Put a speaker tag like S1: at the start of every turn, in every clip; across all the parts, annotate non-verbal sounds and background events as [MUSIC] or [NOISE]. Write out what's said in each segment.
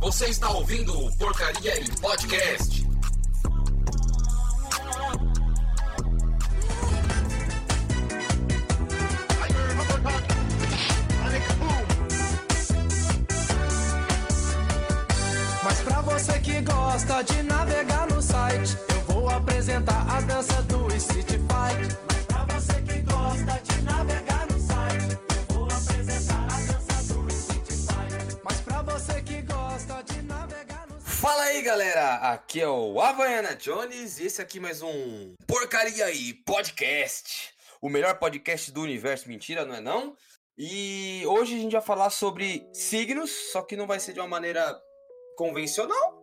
S1: Você está ouvindo o Porcaria em Podcast.
S2: Mas pra você que gosta de navegar no site, eu vou apresentar a dança do Street Fight. Mas pra você que gosta de navegar no site, eu vou apresentar a dança do Street Fight. Mas pra você que gosta de navegar no
S3: [LAUGHS]
S2: site.
S1: Fala aí, galera. Aqui é o Havaiana Jones e esse aqui é mais um Porcaria aí Podcast. O melhor podcast do universo, mentira, não é não? E hoje a gente vai falar sobre signos, só que não vai ser de uma maneira convencional.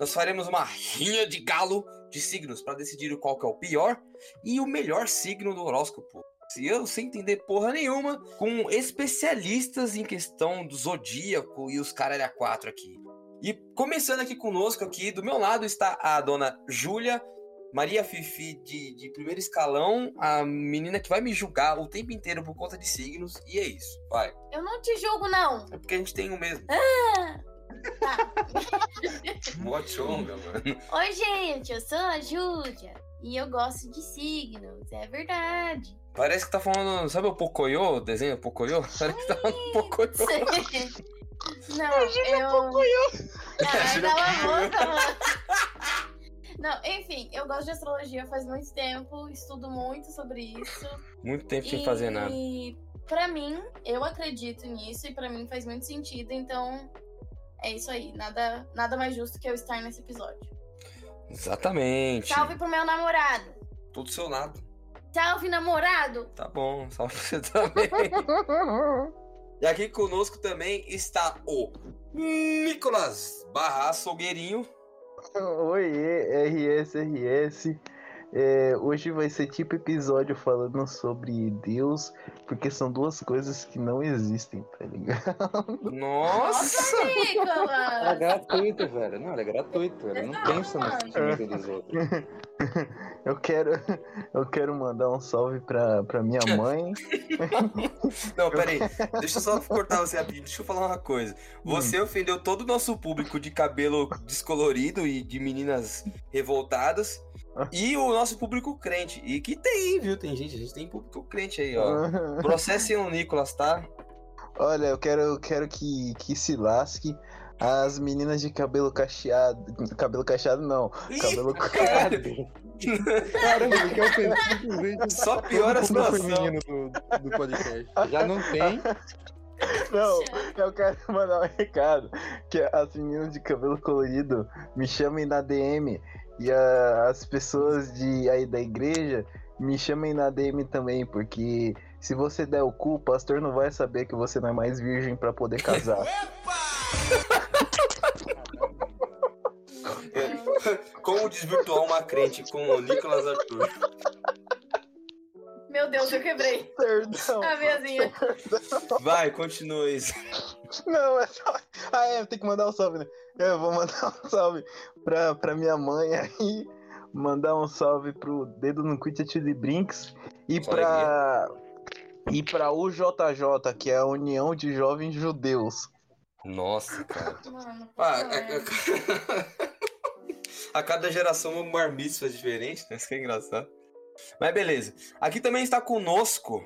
S1: Nós faremos uma rinha de galo de signos para decidir qual que é o pior e o melhor signo do horóscopo. Se eu sem entender porra nenhuma, com especialistas em questão do zodíaco e os caralho a quatro aqui. E começando aqui conosco, aqui do meu lado está a dona Júlia, Maria Fifi de, de primeiro escalão, a menina que vai me julgar o tempo inteiro por conta de signos, e é isso, vai.
S4: Eu não te julgo, não. Ah, tá.
S1: É porque a gente tem o mesmo. [LAUGHS] Mó chonga, mano.
S4: Oi, gente, eu sou a Júlia e eu gosto de signos, é verdade. [LAUGHS]
S1: Parece que tá falando, sabe o Pocoyo, o desenho Pocoyo? Parece que tá falando Pocoyo.
S4: Não, eu. Ah,
S1: Imagina
S4: dá uma
S1: o
S4: volta, mano. [LAUGHS] Não, enfim, eu gosto de astrologia faz muito tempo, estudo muito sobre isso.
S1: Muito tempo sem fazer nada.
S4: E pra mim, eu acredito nisso e pra mim faz muito sentido, então é isso aí. Nada, nada mais justo que eu estar nesse episódio.
S1: Exatamente.
S4: Salve pro meu namorado!
S1: Tô do seu lado.
S4: Salve, namorado!
S1: Tá bom, salve você também.
S4: [LAUGHS]
S1: e aqui conosco também está o Nicolas Barra Açougueirinho.
S3: Oiê, RS, RS. É, hoje vai ser tipo episódio falando sobre Deus, porque são duas coisas que não existem, tá ligado?
S1: Nossa! [LAUGHS]
S5: É
S4: Nicolas!
S5: gratuito, velho. Não, ele é gratuito. Ele não
S4: Não,
S5: pensa
S4: mano.
S5: no sentimento dos
S1: É.
S5: outros.
S3: Eu quero, [LAUGHS] eu quero mandar um salve pra, pra minha mãe.
S1: Não, peraí. Deixa eu só cortar você rapidinho. Deixa eu falar uma coisa. Você ofendeu todo o nosso público de cabelo descolorido e de meninas revoltadas. E o nosso público crente. E que tem, viu? Tem gente, a gente tem público crente aí,
S3: Ah.
S1: ó. Processem o Nicolas, tá?
S3: [LAUGHS] Olha, eu quero, eu quero que, que se lasque as meninas de cabelo cacheado. Cabelo cacheado não.
S1: [LAUGHS]
S3: Cabelo
S1: Caralho,
S5: Caramba, ele quer ofender simplesmente
S1: só [LAUGHS] piora a situação.
S5: do, do podcast. Já não tem.
S3: Não, eu quero [LAUGHS] mandar um recado que as meninas de cabelo colorido me chamem na DM e a- as pessoas de aí da igreja me chamem na DM também, porque se você der o cu, o pastor não vai saber que você não é mais virgem pra poder casar.
S4: é,
S1: Como desvirtuar uma crente com o Nicolas Arthur.
S4: Meu Deus, eu quebrei
S3: Perdão.
S4: a mesinha.
S1: Vai, continua isso.
S3: Não, é só. [LAUGHS] Ah, é, tem que mandar um salve, né? Eu vou mandar um salve pra, pra minha mãe aí. Mandar um salve pro Dedo no Quit Chili Brinks. E
S1: Só
S3: pra. E pra UJJ, que é a União de Jovens Judeus.
S1: Nossa, cara.
S4: Mano,
S1: Ah,
S4: não, é.
S1: a, [LAUGHS] a- a cada geração uma marmícia diferente, né? Isso que é engraçado. Mas beleza. Aqui também está conosco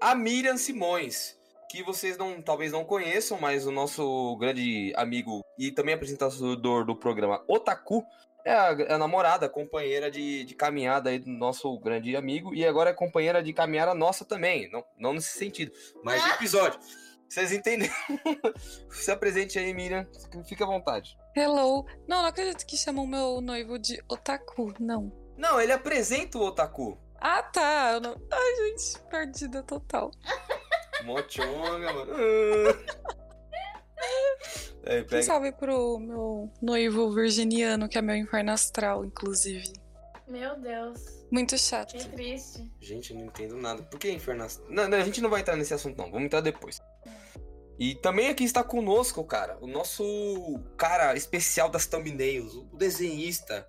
S1: a Miriam Simões, que vocês não, talvez não conheçam, mas o nosso grande amigo e também apresentador do programa Otaku é a, é a namorada, companheira de, de caminhada aí do nosso grande amigo e agora é companheira de caminhada nossa também. Não, não nesse sentido, mas de episódio. Vocês entenderam? Se apresente aí, Miriam. Fique à vontade.
S6: Hello. Não, não acredito que chamam meu noivo de otaku, não.
S1: Não, ele apresenta o Otaku.
S6: Ah, tá. eu não- Ai, gente, perdida total.
S1: Mochonga, [LAUGHS] mano. Aí,
S6: Um
S1: É, pega.
S6: salve pro meu noivo virginiano, que é meu inferno astral, inclusive.
S4: é. Meu Deus,
S6: Muito chato.
S4: que triste.
S1: Gente, eu não entendo nada. Por que inferno? Não, não, a gente não vai entrar nesse assunto, não. Vamos entrar depois. E também aqui está conosco, cara, o nosso cara especial das thumbnails, o desenhista.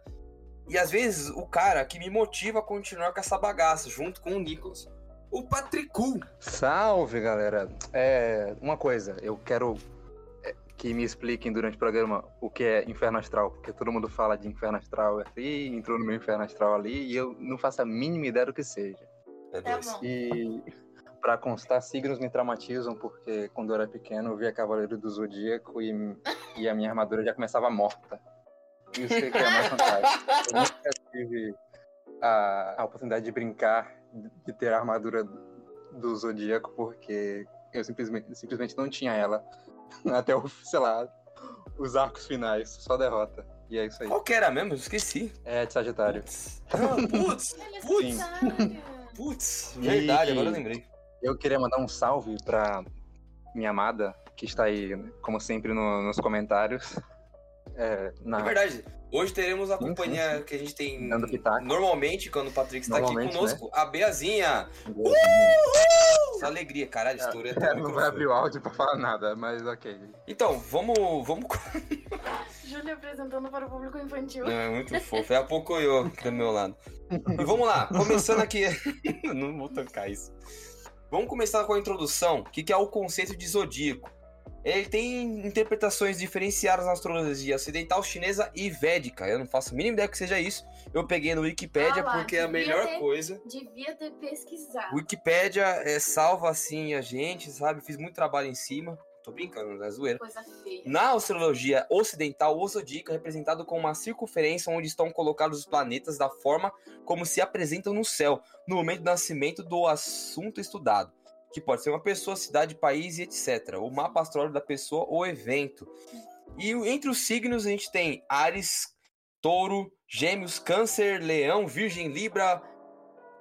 S1: E às vezes o cara que me motiva a continuar com essa bagaça, junto com o Nicolas. O Patricu.
S5: Salve, galera. É, uma coisa, eu quero é, que me expliquem durante o programa o que é inferno astral, porque todo mundo fala de inferno astral aqui, entrou no meu inferno astral ali, e eu não faço a mínima ideia do que seja.
S1: É
S4: Tá
S1: dois.
S4: bom.
S5: E pra constar, signos me traumatizam, porque quando eu era pequeno eu via Cavaleiro do Zodíaco e, e a minha armadura já começava morta. Isso que é mais fantástico. Eu nunca tive a, a oportunidade de brincar, de ter a armadura do Zodíaco, porque eu simplesmente, simplesmente não tinha ela. Até o, sei lá, os arcos finais, só derrota. E é isso aí.
S1: Qual que era mesmo? Eu Esqueci.
S5: É de Sagitário.
S1: Putz. [LAUGHS] Ah, Putz,
S4: Olha,
S1: Putz.
S4: Sagitário.
S1: putz. É Verdade,
S5: E-
S1: agora eu lembrei.
S5: Eu queria mandar um salve pra minha amada, que está aí, como sempre, no- nos comentários. É, na-
S1: É verdade. Hoje teremos a
S5: Sim, sim,
S1: companhia que a gente tem
S5: Dando pitaco.
S1: normalmente, quando o Patrick está aqui
S5: Normalmente, né?
S1: conosco, a Beazinha. Essa alegria, caralho, estourei até o
S5: É, Não vai abrir
S1: microfone.
S5: o áudio pra falar nada, mas ok.
S1: Então, vamos, vamos
S4: Júlia apresentando para o público infantil.
S1: Não, é muito fofo. É a Pocoyo que tá do meu lado. E vamos lá, começando aqui. [LAUGHS] Não vou tancar isso. Vamos começar com a introdução. O que, que é o conceito de zodíaco? Ele tem interpretações diferenciadas na astrologia ocidental, chinesa e védica. Eu não faço a mínima ideia que seja isso. Eu peguei no Wikipédia
S4: Ah lá,
S1: porque é a
S4: devia
S1: melhor
S4: ter-
S1: coisa.
S4: Devia ter pesquisado.
S1: Wikipédia é, salva assim a gente, sabe? Fiz muito trabalho em cima. Tô brincando, não é zoeira.
S4: Coisa feia.
S1: Na astrologia ocidental, o zodíaco é representado com uma circunferência onde estão colocados os planetas da forma como se apresentam no céu, no momento do nascimento do assunto estudado, que pode ser uma pessoa, cidade, país e etc. O mapa astrológico da pessoa ou evento. E o- entre os signos a gente tem Ares, Touro, Gêmeos, Câncer, Leão, Virgem, Libra,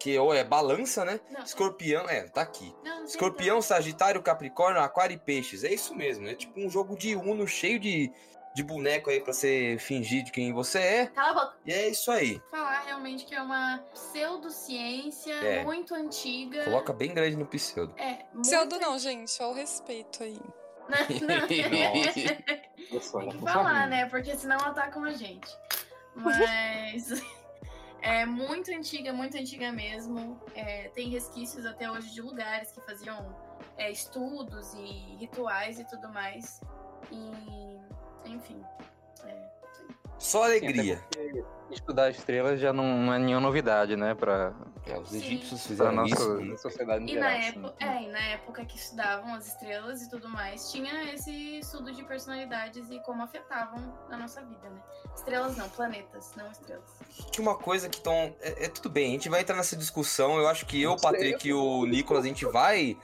S1: que ou é balança, né?
S4: Não,
S1: Escorpião, é, tá aqui.
S4: não, não tem
S1: Escorpião, Sagitário, Capricórnio, Aquário e Peixes. É isso mesmo. É tipo um jogo de Uno cheio de, de boneco aí pra você fingir de quem você é.
S4: tanto. Cala a boca.
S1: E é isso aí.
S4: falar realmente que é uma pseudociência
S1: É.
S4: muito antiga.
S1: Coloca bem grande no pseudo.
S4: É, muito... [LAUGHS]
S6: Pseudo não, gente. Olha o respeito aí.
S4: Não, não. é. Tem
S5: Pessoal,
S4: que falar, né? Porque senão atacam a
S1: [LAUGHS]
S4: gente. Mas [LAUGHS] é muito antiga, muito antiga mesmo. É, tem resquícios até hoje de lugares que faziam é, estudos e rituais e tudo mais. E, enfim. é.
S1: Só alegria.
S5: Estudar estrelas já não, não é nenhuma novidade, né? Pra,
S1: É, os
S4: Sim.
S1: egípcios
S5: pra
S1: fizeram isso.
S5: nossa
S1: né?
S5: sociedade
S4: E,
S5: em geral.
S4: na
S5: assim.
S4: época, é, e na época que estudavam as estrelas e tudo mais, tinha esse estudo de personalidades e como afetavam a nossa vida, né? Estrelas não, planetas, não estrelas.
S1: Tinha uma coisa que tão. É, é tudo bem, a gente vai entrar nessa discussão. Eu acho que eu, o Patrick e o Nicolas, a gente vai,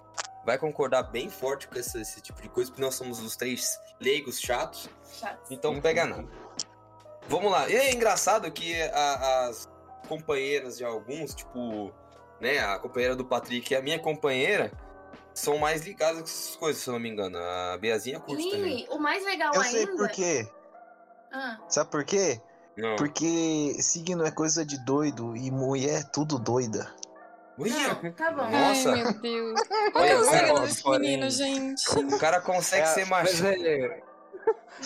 S1: vai concordar bem forte com esse, esse tipo de coisa, porque nós somos os três leigos chatos.
S4: Chatos.
S1: Então
S5: Uhum.
S1: não pega nada. Vamos lá. E é engraçado que a- as companheiras de alguns, tipo, né, a companheira do Patrick e a minha companheira são mais ligadas com essas coisas, se eu não me engano. A Beazinha curte também.
S4: E o mais legal
S7: Eu
S4: ainda.
S7: sei por quê.
S4: Ah,
S7: Sabe por quê?
S1: Não.
S7: Porque signo é coisa de doido e mulher é tudo doida.
S1: Olha,
S5: é,
S4: não, tá bom.
S1: Nossa.
S6: Ai, meu Deus.
S1: Olha,
S6: Olha os
S1: olha,
S6: signos
S5: ó,
S6: desse
S5: porém.
S6: menino, gente.
S1: o cara consegue
S5: É,
S1: ser
S5: mas
S1: machista.
S5: é,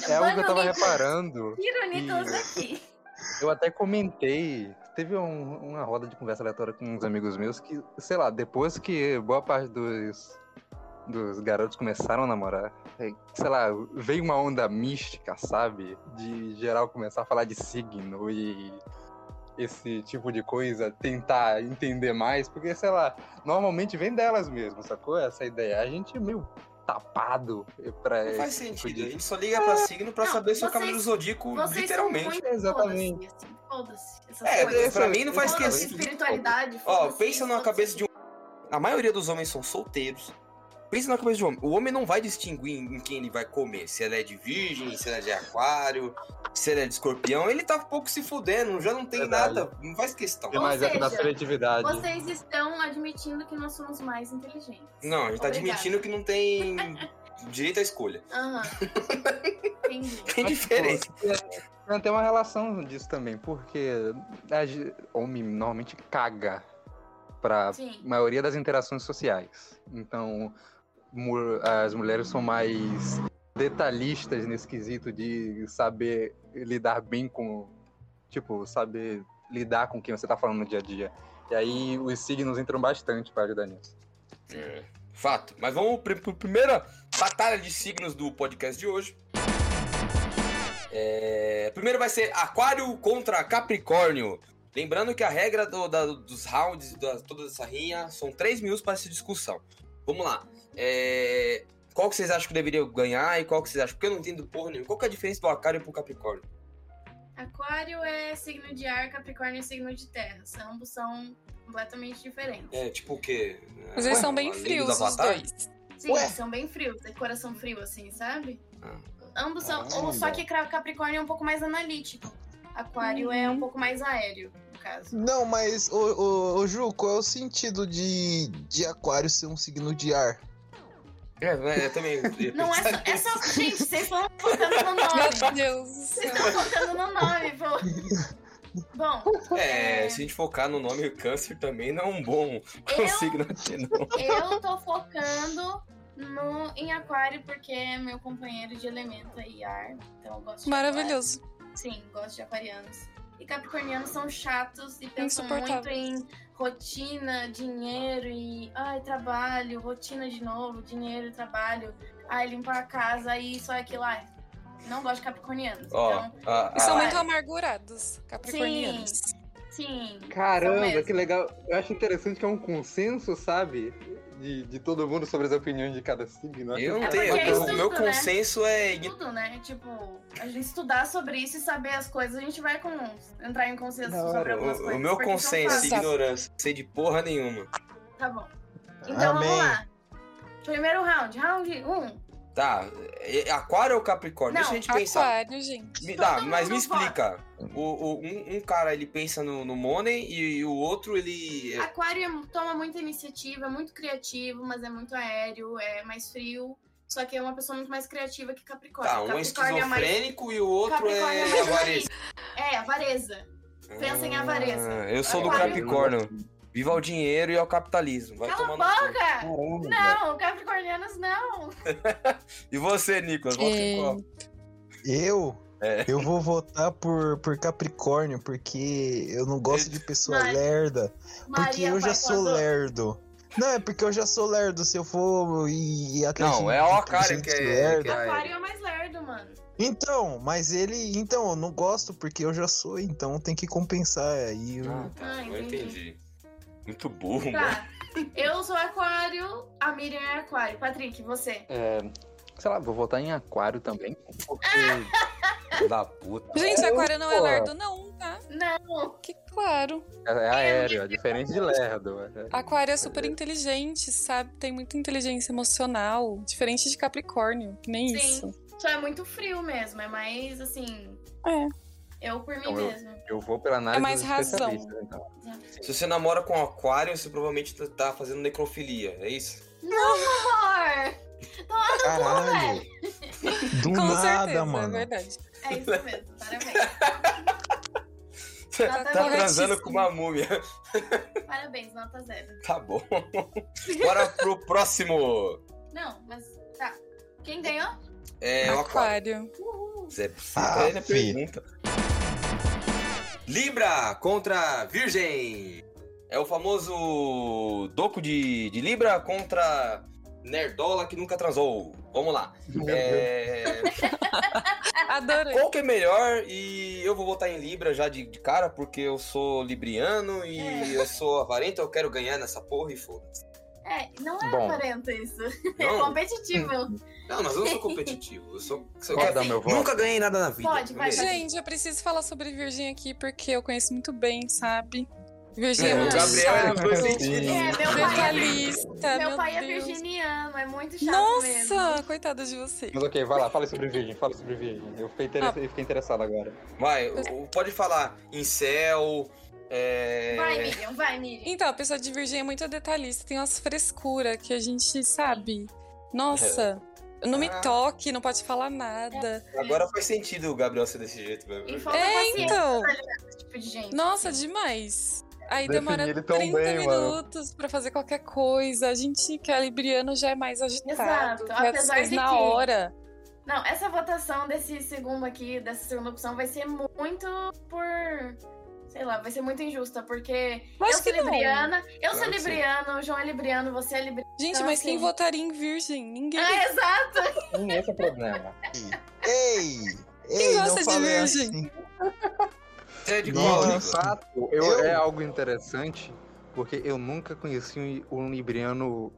S5: é algo que eu tava reparando.
S4: Tira o Nicolas daqui.
S1: [LAUGHS]
S5: Eu até comentei. Teve um- uma roda de conversa aleatória com uns amigos meus que, sei lá, depois que boa parte dos, dos garotos começaram a namorar, é, sei lá, veio uma onda mística, sabe? De geral começar a falar de signo e esse tipo de coisa, tentar entender mais, porque, sei lá, normalmente vem delas mesmo, sacou? Essa ideia. A gente é meio tapado pra
S1: Não faz
S5: esse tipo
S1: sentido.
S5: de-
S1: A gente só liga pra signo pra
S4: Não,
S1: saber se é o
S4: vocês-
S1: cabelo zodíaco,
S4: Vocês
S1: literalmente.
S4: são muito
S5: Exatamente.
S4: Foda-se, assim, foda-se. Essas
S1: É,
S4: coisas.
S1: pra mim não faz
S4: Foda-se
S1: esquecer.
S4: espiritualidade,
S1: Ó,
S4: foda-se
S1: pensa
S4: isso,
S1: na
S4: foda-se
S1: cabeça de um.
S4: aquilo.
S1: A maioria dos homens são solteiros. Pensa na cabeça de um homem. O homem não vai distinguir em quem ele vai comer. Se ele é de virgem, se ele é de aquário, se ele é de escorpião. Ele tá um pouco se fudendo, já não tem
S5: Verdade.
S1: nada. Não faz questão.
S5: Tem
S4: Ou
S5: mais essa da
S4: seja,
S1: um
S5: seletividade.
S4: Vocês estão admitindo que nós somos mais inteligentes.
S1: Não, a gente tá
S4: Obrigada.
S1: admitindo que não tem direito à escolha.
S4: Aham. [LAUGHS] Entendi.
S1: Tem diferença.
S5: Tem até uma relação disso também, porque a ge- homem normalmente caga pra
S4: Sim.
S5: maioria das interações sociais. Então, mu- as mulheres são mais detalhistas nesse quesito de saber lidar bem com. Tipo, saber lidar com quem você tá falando no dia a dia. E aí os signos entram bastante pra ajudar nisso.
S1: É, fato. Mas vamos para a primeira batalha de signos do podcast de hoje. É, Primeiro vai ser Aquário contra Capricórnio. Lembrando que a regra do- da- dos rounds, da, toda essa rinha, são três minutos para essa discussão. Vamos lá. É, Qual que vocês acham que deveria ganhar e qual que vocês acham? Porque eu não entendo porra nenhuma. Qual que é a diferença do Aquário pro Capricórnio?
S4: Aquário é signo de ar, Capricórnio é signo de terra. São- Ambos são completamente diferentes.
S1: É, tipo o quê?
S6: Mas eles
S1: Ué,
S6: são bem
S1: amigos
S6: frios
S1: do
S6: os
S1: Avatar?
S6: dois.
S4: Sim,
S1: Ué?
S4: são bem frios, é coração frio, assim, sabe?
S1: Ah.
S4: Ambos são.
S3: Ah,
S4: ou- só
S3: legal.
S4: que Cra- Capricórnio é um pouco mais analítico. Aquário é um pouco mais aéreo, no caso.
S2: Não, mas, ô, ô, ô, Ju, qual é o sentido de, de aquário ser um signo de ar?
S1: É, mas eu também. ia [LAUGHS]
S4: Não é
S1: pensar
S4: só. É
S1: nisso.
S4: só gente, vocês estão focando no nome.
S6: [LAUGHS] Meu Deus do céu.
S4: Vocês estão focando no nome, pô. Bom,
S1: É,
S4: é,
S1: se a gente focar no nome câncer também não é um bom consigno aqui, não.
S4: eu tô focando no, em aquário porque é meu companheiro de elemento aí, ar. Então eu gosto de
S6: Maravilhoso.
S4: aquário. Sim, gosto de aquarianos. E capricornianos são chatos e pensam muito
S6: Insuportáveis.
S4: em rotina, dinheiro e. Ai, trabalho, rotina de novo, dinheiro, trabalho. Ai, limpar a casa e só aquilo lá. Não gosto de capricornianos.
S1: Ó,
S4: Então,
S1: a-
S6: E são
S1: a-
S6: muito amargurados, capricornianos.
S4: sim. São
S5: Caramba,
S4: mesmo.
S5: que legal. Eu acho interessante que é um consenso, sabe? De, de todo mundo sobre as opiniões de cada signo.
S1: eu não
S4: É
S1: tenho.
S4: porque é
S1: o meu
S4: estudo, né?
S1: consenso é ign-
S4: tudo, né? Tipo, a gente estudar sobre isso e saber as coisas, a gente vai com, entrar em consenso
S5: Da hora.
S4: sobre algumas
S1: O,
S4: coisas.
S1: o meu
S4: porque são
S1: consenso, é
S4: fatos.
S6: fáceis.
S1: ignorância. Não sei de porra nenhuma.
S4: Tá bom. Então vamos lá. Primeiro round, round 1. Um.
S1: Tá, é- é aquário ou capricórnio? Deixa
S4: Não,
S1: a gente pensar.
S6: Aquário, gente.
S1: Me,
S4: Todo
S1: dá, mas me
S4: mundo vota.
S1: explica. O, o- um, um cara ele pensa no, no money e, o outro ele. é-
S4: Aquário é- toma muita iniciativa, é muito criativo, mas é muito aéreo, é mais frio. Só que é uma pessoa muito mais criativa que Capricórnio.
S1: Tá, um é
S4: Capricórnio é mais.
S1: esquizofrênico e o outro
S4: Capricórnio é
S1: é
S4: mais
S1: avareza.
S4: É, avareza. [LAUGHS] Pensa em avareza.
S1: Ah, eu sou do
S4: Aquário.
S1: Capricórnio. Viva o dinheiro e ao capitalismo. Vai
S4: Cala a
S1: tomar no cu.
S3: Caramba.
S4: boca! Não, Capricornianos não!
S1: E você, Nicolas? Volta em qual?
S2: Eu?
S1: É.
S2: Eu vou votar por, por Capricórnio, porque eu não gosto de pessoa
S4: Mas-
S2: lerda. Porque
S4: Maria
S2: eu já
S4: vai
S2: sou
S4: voadora.
S2: lerdo. Não, é porque eu já sou lerdo. Se eu for e
S1: Não, é o Aquário que é.
S2: lerdo.
S1: que é-
S4: Aquário é mais lerdo, mano.
S2: Então, mas ele. Então, eu não gosto porque eu já sou, então tem que compensar. Aí eu-
S1: Ah, tá,
S4: Ah,
S1: eu
S4: entendi.
S1: entendi. Muito burro, mano.
S4: Tá. Eu sou aquário, a Miriam é aquário. Patrick, você.
S5: É, sei lá, vou votar em aquário também. Porque
S1: Filho Da puta.
S6: Gente, aquário não é
S5: Pô.
S6: lerdo, não, tá?
S4: Não,
S6: Que claro.
S5: é, é aéreo, é diferente de lerdo. É-
S6: Aquário é super inteligente, sabe? Tem muita inteligência emocional, diferente de Capricórnio, que nem
S4: Sim.
S6: isso.
S4: só é muito frio mesmo. É mais assim.
S2: É.
S4: Eu por mim
S5: Então eu-
S4: mesmo.
S5: Eu vou pela análise
S6: É mais
S5: dos
S6: razão.
S5: especialistas, então.
S1: Se você namora com um aquário, você provavelmente tá- tá fazendo necrofilia, é isso?
S4: Amor!
S6: [LAUGHS]
S2: Caralho! Do
S6: Com
S2: nada,
S6: certeza, é
S2: mano.
S6: verdade.
S4: É isso mesmo, parabéns.
S1: Você [LAUGHS]
S4: Tá
S1: tá,
S4: corretíssimo.
S1: transando com uma múmia. [LAUGHS]
S4: Parabéns, nota zero.
S1: Tá bom. Bora pro próximo.
S4: Não, mas tá. Quem ganhou?
S1: É, o aquário.
S6: Aquário.
S1: Zé, fica aí na
S2: fi.
S1: pergunta. Libra contra Virgem. É o famoso doco de, de Libra contra Nerdola que nunca transou. Vamos lá. É,
S6: Adorei.
S1: qual que é melhor? E eu vou votar em Libra já de, de cara, porque eu sou libriano e
S4: É.
S1: eu sou avarento, eu quero ganhar nessa porra e
S4: [LAUGHS]
S1: foda-se.
S4: É, não é
S5: Bom.
S4: aparenta isso. [LAUGHS] É
S1: Não,
S4: competitivo.
S1: não, mas eu não sou competitivo. Eu sou. eu
S5: Posso
S1: quero-
S5: dar meu voto?
S1: Nunca ganhei nada na vida.
S4: Pode,
S1: eu
S4: vai,
S2: é?
S1: mereço.
S6: Gente, eu preciso falar sobre Virgem aqui porque eu conheço muito bem, sabe? Virgem é,
S1: É, o
S6: muito
S1: Gabriel é
S6: chato,
S1: inclusive-
S4: É, meu pai é,
S6: detalhista,
S4: meu pai é
S6: tá Deus.
S4: virginiano, é muito chato mesmo.
S6: Nossa, coitada de você.
S5: Mas ok, vai lá, fala sobre virgem, fala sobre virgem. Eu fiquei, interessa- eu fiquei interessado agora.
S1: Vai, o- o- pode falar em céu. É...
S4: Vai, Miriam, vai, Miriam.
S6: Então, a pessoa de Virgem é muito detalhista, tem umas frescuras que a gente sabe. Nossa, não me
S1: Ah.
S6: toque, não pode falar nada.
S1: Agora faz sentido o Gabriel ser desse jeito mesmo.
S4: E
S6: É,
S4: falta paciência
S6: então.
S4: esse tipo de gente.
S6: Nossa, demais. Aí
S5: Defini
S6: demora
S5: ele
S6: 30
S5: tão bem, mano.
S6: minutos pra fazer qualquer coisa. A gente que é libriano já é mais agitado.
S4: Exato,
S6: quer as
S4: apesar
S6: coisas
S4: de
S6: na
S4: que-
S6: hora.
S4: Não, essa votação desse segundo aqui, dessa segunda opção, vai ser muito por. Sei lá, vai ser muito injusta, porque
S6: Mas
S4: eu
S6: que
S4: sou
S6: não.
S4: libriana, eu sou
S1: Claro que sim.
S4: libriano, o João é libriano, você é libriano.
S6: Gente,
S4: Então,
S6: mas quem
S4: assim-
S6: votaria em Virgem? Ninguém.
S4: Ah, exato!
S5: Hum, Esse é o problema.
S2: Ei!
S7: Ei, não
S6: gosta de
S7: fala
S6: virgem?
S7: assim.
S1: Você é de
S3: Não,
S1: qual?
S3: não.
S1: Igor?
S5: fato, eu, é algo interessante, porque eu nunca conheci um, um libriano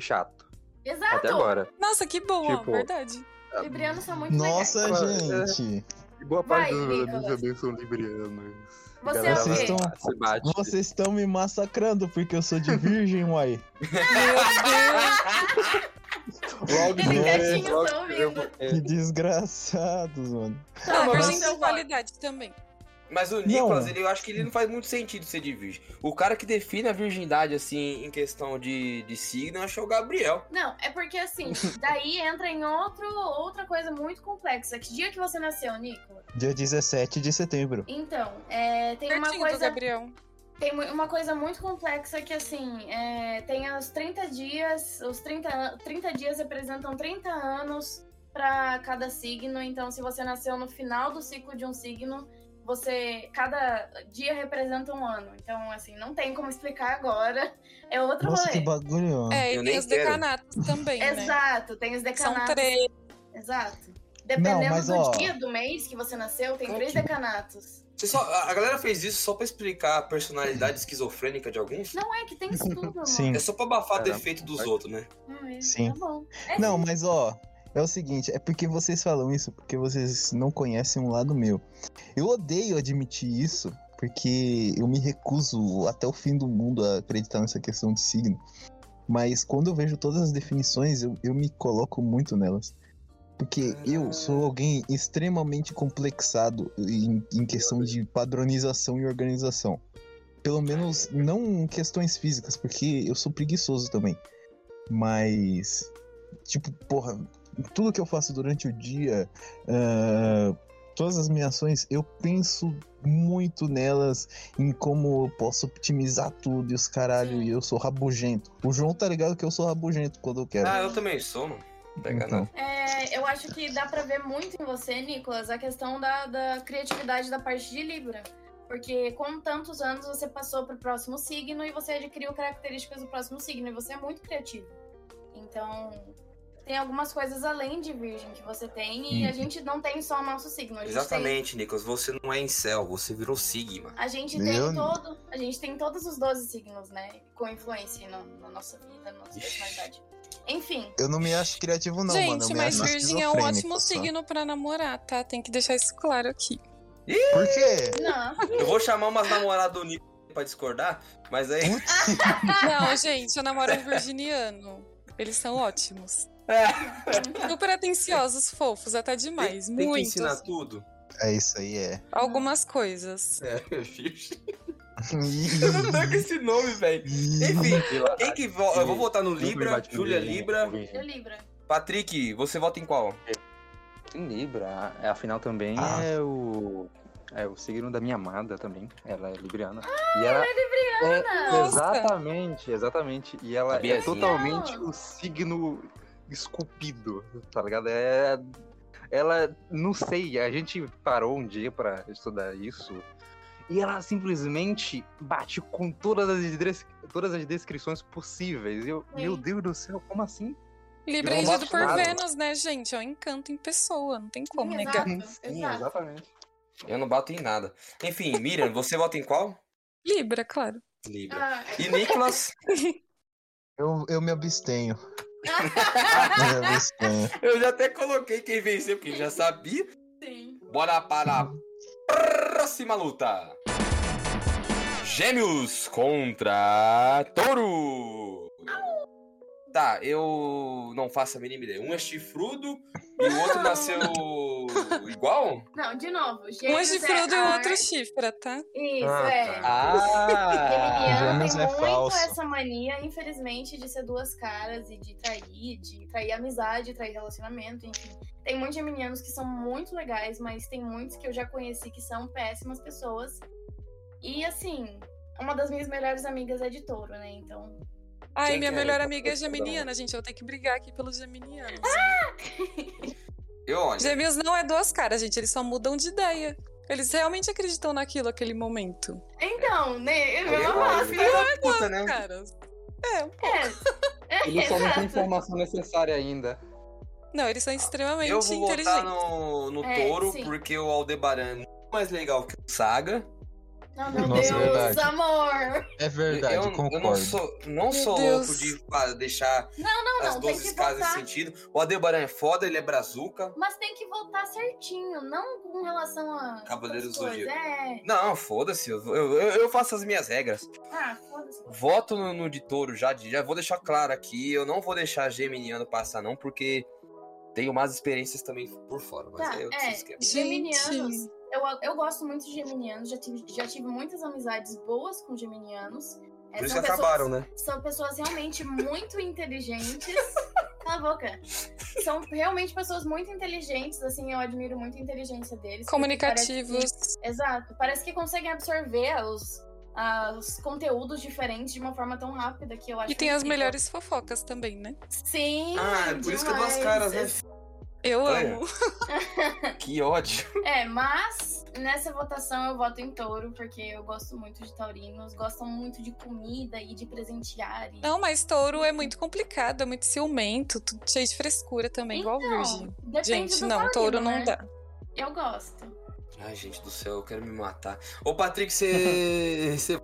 S5: chato. Até
S4: Exato!
S5: agora.
S6: Nossa, que boa,
S5: Tipo,
S6: verdade.
S4: Librianos são
S3: [LAUGHS]
S4: muito
S3: Nossa,
S5: legal.
S3: gente.
S5: E Boa
S4: Vai,
S5: parte dos meus
S4: Nicolas.
S5: amigos também são librianos.
S4: Você
S5: Galera
S3: é o quê?
S5: lá Se bate.
S3: Vocês estão me massacrando porque eu sou de virgem, uai.
S4: [LAUGHS]
S5: Logo
S4: Ele
S3: Nossa.
S4: quietinho,
S5: logo-
S4: tá ouvindo.
S3: [LAUGHS] Que desgraçados, mano.
S6: Tá,
S4: Não, Então, mas
S6: virgem
S4: você vai.
S6: tem qualidade também.
S1: Mas o Nicolas,
S3: Não.
S1: ele, eu acho que ele não faz muito sentido ser de virgem. O cara que define a virgindade, assim, em questão de, de signo, eu acho que é o Gabriel.
S4: Não, é
S3: [LAUGHS]
S4: porque assim, daí entra em outro, outra coisa muito complexa. Que dia que você nasceu, Nico?
S3: Dia 17 de setembro.
S4: Então, é, tem uma
S6: Pertinho do
S4: coisa
S6: Gabriel.
S4: Tem mu- uma coisa muito complexa que, assim, é, tem os 30 dias, os 30, an- 30 dias representam 30 anos para cada signo. Então, se você nasceu no final do ciclo de um signo, você cada dia representa um ano. Então, assim, não tem como explicar agora. É outro
S3: Nossa, que
S4: rolê.
S3: bagulho. mano.
S6: É,
S1: Eu
S6: e tem
S1: nem
S6: os
S1: quero.
S6: decanatos também, né?
S4: Exato, tem os
S6: São
S4: decanatos.
S6: três.
S4: Exato. Dependendo
S3: mas,
S4: do
S3: ó-
S4: dia do mês que você nasceu, tem
S1: Como
S4: três
S1: que-
S4: decanatos.
S1: Você só, a a galera fez isso só pra explicar a personalidade esquizofrênica de alguns?
S4: Não é que tem isso tudo,
S3: [LAUGHS]
S4: amor.
S3: Sim.
S1: É só pra abafar o
S5: Caramba,
S1: defeito dos
S5: vai.
S1: outros, né?
S4: Ah, é,
S3: Sim.
S4: Tá bom. É
S3: Não, mas ó, é o seguinte, é porque vocês falam isso, porque vocês não conhecem um lado meu. Eu odeio admitir isso, porque eu me recuso até o fim do mundo a acreditar nessa questão de signo. Mas quando eu vejo todas as definições, eu, eu me coloco muito nelas. Porque eu sou alguém extremamente complexado em, em questão de padronização e organização. Pelo menos não em questões físicas, porque eu sou preguiçoso também. Mas tipo, porra, tudo que eu faço durante o dia, ah, todas as minhas ações, eu penso muito nelas, em como eu posso otimizar tudo e os caralho,
S4: Sim.
S3: e eu sou rabugento. O João tá ligado que eu sou rabugento quando eu quero.
S1: Ah, eu também sou, mano. Pega
S3: Então.
S1: nada.
S4: É, eu acho que dá pra ver muito em você, Nicolas, a questão da, da criatividade da parte de Libra. Porque com tantos anos você passou pro próximo signo e você adquiriu características do próximo signo. E você é muito criativo. Então, tem algumas coisas além de Virgem que você tem. E
S3: Hum.
S4: a gente não tem só o nosso signo. A gente tem,
S1: Exatamente, Nicolas. Você não é incel, você virou sigma.
S4: a gente tem,
S3: Eu-
S4: todo, a gente tem todos os 12 signos, né? Com influência na, na nossa vida, na nossa personalidade. Enfim,
S3: Eu não me acho criativo, não, mano. eu
S6: Gente,
S3: me
S6: mas
S3: acho
S6: virgem é um
S3: esquizofrênico
S6: ótimo
S3: só.
S6: signo pra namorar, tá? Tem que deixar isso claro aqui.
S3: Por quê?
S4: não.
S1: Eu vou chamar umas namoradas do Nico pra discordar, mas aí.
S6: Não, gente, eu namoro um virginiano. Eles são ótimos.
S1: É.
S6: Super atenciosos, fofos, até demais.
S1: Tem que
S6: Muitos.
S1: ensinar [LAUGHS] tudo.
S3: É isso aí, é.
S6: Algumas coisas.
S1: É, virgem. Eu não tô com esse nome, velho. Enfim, quem que vo... Eu vou votar no Libra, Júlia Libra.
S4: Eu Libra.
S1: Patrick, você vota em qual?
S5: Libra, é, afinal também
S3: Ah.
S5: é o. É o signo da minha amada também. Ela é libriana. e ela, É,
S4: Ana,
S6: Nossa.
S5: Exatamente, exatamente. E ela é
S1: Sabiazinha.
S5: totalmente o signo esculpido, tá ligado? É, ela, não sei, a gente parou um dia pra estudar isso e ela simplesmente bate com todas as, des- todas as descrições possíveis. E Eu,
S4: Sim.
S5: meu Deus do céu, como assim?
S6: Libra é
S1: Eu não
S6: regido
S1: gosto
S6: por
S1: nada.
S6: Vênus, né, gente? É um encanto em pessoa, não tem como
S4: Exato.
S6: negar.
S5: Sim,
S4: exato.
S5: exatamente.
S1: Eu não bato em nada. Enfim, Miriam, você vota em qual?
S6: Libra, claro.
S1: Libra.
S4: ah,
S1: E Nicolas?
S3: Eu, eu
S1: [LAUGHS]
S3: me abstenho. eu me abstenho.
S1: Eu já até coloquei quem venceu, porque já sabia.
S4: sim.
S1: Bora para a próxima luta. Gêmeos contra Touro. Tá, eu não faço a mínima ideia. Um é chifrudo e o outro nasceu igual?
S4: Não, de novo.
S6: Um é
S4: gêmeos
S6: chifrudo e
S4: ar-
S6: o outro chifra, tá?
S4: Isso,
S5: Ah,
S4: é.
S5: tá.
S1: Ah!
S4: Geminiano
S3: Gêmeos
S4: tem
S3: é
S4: muito
S3: falso.
S4: essa mania, infelizmente, de ser duas caras e de trair, de trair amizade, trair relacionamento, enfim. Tem muitos geminianos que são muito legais, mas tem muitos que eu já conheci que são péssimas pessoas. E assim, uma das minhas melhores amigas é de touro, né? Então.
S6: Ai,
S1: Quem
S6: minha
S1: que era
S6: melhor
S1: essa
S6: amiga é
S1: pessoa?
S6: geminiana, gente. Eu vou ter que brigar aqui pelos geminianos.
S1: Eu olho.
S6: Gêmeos não é duas caras, gente. Eles só mudam de ideia. Eles realmente acreditam naquilo, aquele momento.
S4: Então, né? Eu
S1: Eu
S4: não
S1: olho.
S4: gosto.
S1: Filha da puta, né?
S6: Caras. É,
S4: É. É,
S5: Eles só não tem
S4: exato.
S5: informação necessária ainda.
S6: Não, eles são extremamente
S1: Eu vou votar
S6: inteligentes.
S1: no, no
S4: É,
S1: touro,
S4: sim.
S1: porque o Aldebaran é muito mais legal que o Saga.
S4: Ah, meu
S3: Nossa,
S4: Deus,
S3: verdade.
S4: amor!
S3: É verdade,
S1: eu,
S3: concordo.
S1: eu não sou, não sou
S6: Meu
S1: louco
S6: Deus.
S1: de fa- deixar
S4: Não, não,
S1: as
S4: não, tem
S1: 12
S4: que
S1: escadas
S4: votar.
S1: nesse sentido. O Aldebaran é foda, ele é brazuca.
S4: Mas tem que votar certinho, não com relação a.
S1: Cavaleiro
S4: outras coisas.
S1: Zodíaco.
S4: É.
S1: Não, foda-se, eu, eu, eu faço as minhas regras.
S4: Ah, foda-se.
S1: Voto no, no de touro já, de- já vou deixar claro aqui, eu não vou deixar Geminiano passar não, porque tenho mais experiências também por fora, mas
S4: Tá,
S1: é outro
S4: é.
S1: esquema.
S4: Geminianos. Eu, eu gosto muito de geminianos, já tive, já tive muitas amizades boas com geminianos. É,
S1: Por isso que
S4: são pessoas-
S1: acabaram, né?
S4: São pessoas realmente
S1: [LAUGHS]
S4: muito inteligentes. Cala a boca. São realmente pessoas muito inteligentes, assim, eu admiro muito a inteligência deles. porque
S6: comunicativos.
S4: parece que- exato. Parece que conseguem absorver os, ah, os conteúdos diferentes de uma forma tão rápida que eu acho
S6: E tem as
S4: incrível.
S6: melhores fofocas também, né?
S4: Sim!
S1: Ah, é por isso que eu dou as
S4: demais.
S1: caras, né?
S6: Eu
S1: Olha.
S6: amo.
S1: Que ódio.
S4: É, mas nessa votação eu voto em touro, porque eu gosto muito de taurinos, gostam muito de comida e de presentear. E...
S6: Não, mas touro é muito complicado, é muito ciumento, tudo cheio de frescura também, é igual virgem.
S4: Então, depende
S6: Gente,
S4: do
S6: não,
S4: taurino,
S6: touro não
S4: né?
S6: dá.
S4: Eu gosto.
S1: Ai, gente do céu, eu quero me matar. Ô, Patrick,
S4: [LAUGHS]
S1: você. você-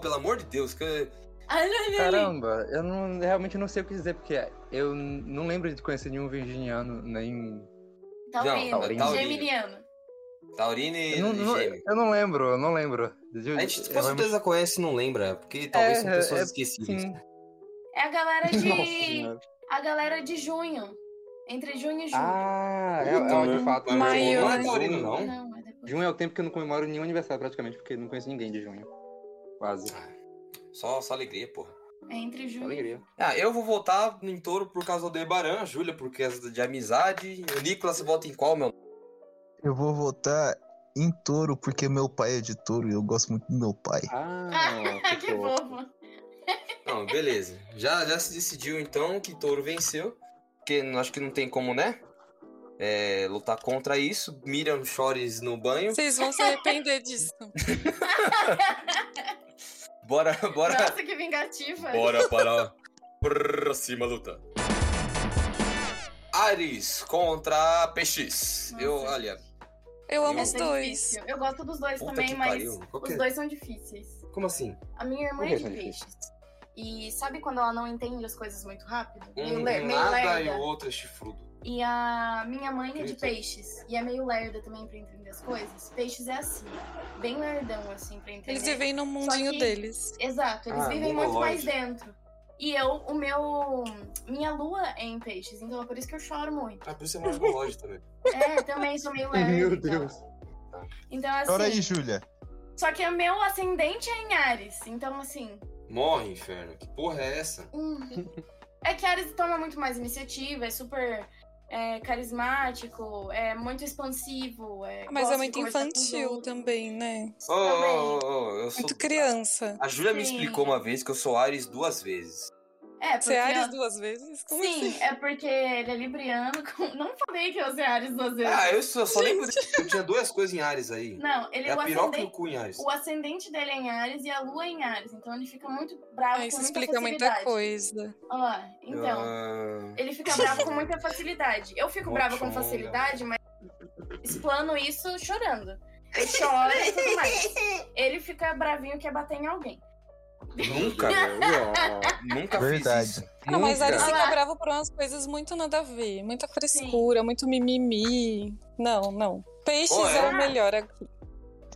S1: Pelo amor de Deus, que.
S4: Ai, não, não, não.
S5: Caramba, eu não- realmente não sei o que dizer, porque eu n- não lembro de conhecer nenhum virginiano, nem.
S1: Não,
S4: [LAUGHS] Taurino,
S1: taurino.
S4: geminiano.
S1: Taurine e
S5: Eu não, não-
S1: Gêmeo.
S5: eu não lembro, eu não lembro.
S1: A gente com certeza conhece e não lembra, porque talvez são
S5: é,
S1: pessoas
S5: é,
S1: esquecidas.
S5: Sim.
S4: É a galera
S5: Nossa
S4: de.
S5: senhora.
S4: a galera de junho. Entre junho e julho.
S5: Ah, é, é
S1: Então,
S5: de fato.
S1: mas
S6: Maio,
S1: Não é
S6: né?
S1: taurino, não.
S4: Não, é depois.
S5: Junho é o tempo que eu não comemoro nenhum aniversário praticamente, porque eu não conheço ninguém de junho. Quase.
S1: Ah, Só, só alegria, porra.
S4: É entre
S5: Que
S4: junho. [LAUGHS]
S5: alegria.
S1: Ah, eu vou votar em touro por causa do Debaran, a Júlia por causa de amizade. O Nicolas vota em qual, meu?
S3: Eu vou votar em touro, porque meu pai é de touro e eu gosto muito do meu pai.
S4: [LAUGHS]
S5: Ah,
S4: que fofo.
S1: Não, beleza. Já, já se decidiu então que touro venceu. Porque n- acho que não tem como, né? É, lutar contra isso. Miriam chores no banho.
S6: Vocês vão se arrepender disso.
S1: Bora, [LAUGHS] bora.
S4: Nossa, que vingativa.
S1: Bora para a próxima luta. Ares contra PX.
S4: Nossa.
S1: Eu, olha,
S6: Eu amo
S1: Eu-
S6: os
S4: Essa é
S6: dois.
S4: difícil. Eu gosto dos dois
S1: Puta
S4: também,
S1: que
S4: mas
S1: pariu. Qual que é?
S4: os dois são difíceis.
S1: como assim?
S4: A minha irmã
S5: Por
S4: é
S5: que
S4: de
S5: são
S4: peixes. E sabe quando ela não entende as coisas muito rápido? Meio,
S5: Uhum.
S1: Um
S4: ler- meio
S1: nada e
S4: lerda.
S1: o outro é chifrudo.
S4: E a minha mãe é de
S1: Eita.
S4: peixes. E é meio lerda também pra entender as coisas. Peixes é assim, bem lerdão assim pra entender.
S6: Eles vivem no mundinho
S4: que-
S6: deles.
S4: Exato, eles
S1: Ah,
S4: vivem muito mais
S1: mongoloide.
S4: dentro. E eu, o meu. Minha lua é em peixes, então é por isso que eu choro
S6: [LAUGHS]
S4: muito.
S1: Ah, por isso é mongoloide também.
S4: É, também sou meio lerda.
S5: Meu
S4: então.
S5: Deus.
S4: Então, assim.
S3: Chora aí, Júlia.
S4: Só que o meu ascendente é em Ares. Então, assim.
S1: Morre, inferno. Que porra é essa?
S4: Hum.
S6: [LAUGHS]
S4: É que Ares toma muito mais iniciativa, é super é, carismático, é muito expansivo. é,
S6: Mas
S4: gosta
S6: é
S4: de
S6: muito
S4: conversar com os
S6: infantil
S4: outros.
S6: também, né?
S1: Ô, ô, ô, ô, eu sou.
S6: Muito criança.
S1: A Júlia me
S4: Sim.
S1: explicou uma vez que eu sou Ares duas vezes.
S4: É, porque.
S6: Você é Ares duas vezes? Como assim?
S4: Sim, é porque ele é libriano. [LAUGHS] com- Não falei que eu sou Ares duas vezes.
S1: Ah, eu só, só lembro que eu tinha duas coisas em Ares aí.
S4: É. Não, ele
S1: É
S4: é o
S1: a piroca e o
S4: ascendente.
S1: cu em Ares.
S4: O ascendente dele é em Ares e a lua é em Ares. Então ele fica muito bravo
S6: Ah,
S4: com
S6: isso
S4: muita
S6: explica muita
S4: facilidade.
S6: coisa.
S4: Ó lá, então.
S1: Ah,
S4: Ele fica bravo com muita facilidade. Eu fico
S1: Mó
S4: brava com
S1: chonga.
S4: facilidade, mas explano isso chorando. Eu choro e tudo mais. Ele fica bravinho quer bater em alguém.
S1: nunca, velho.
S4: [LAUGHS]
S1: Nunca
S3: Verdade.
S1: fiz isso.
S6: Ah, mas
S1: Nunca.
S6: Ares
S4: Olha
S6: fica
S4: lá.
S6: bravo por umas coisas muito nada a ver. Muita frescura, muito mimimi. Não, não. Peixes
S1: Qual
S6: é?
S1: é?
S6: o melhor aqui.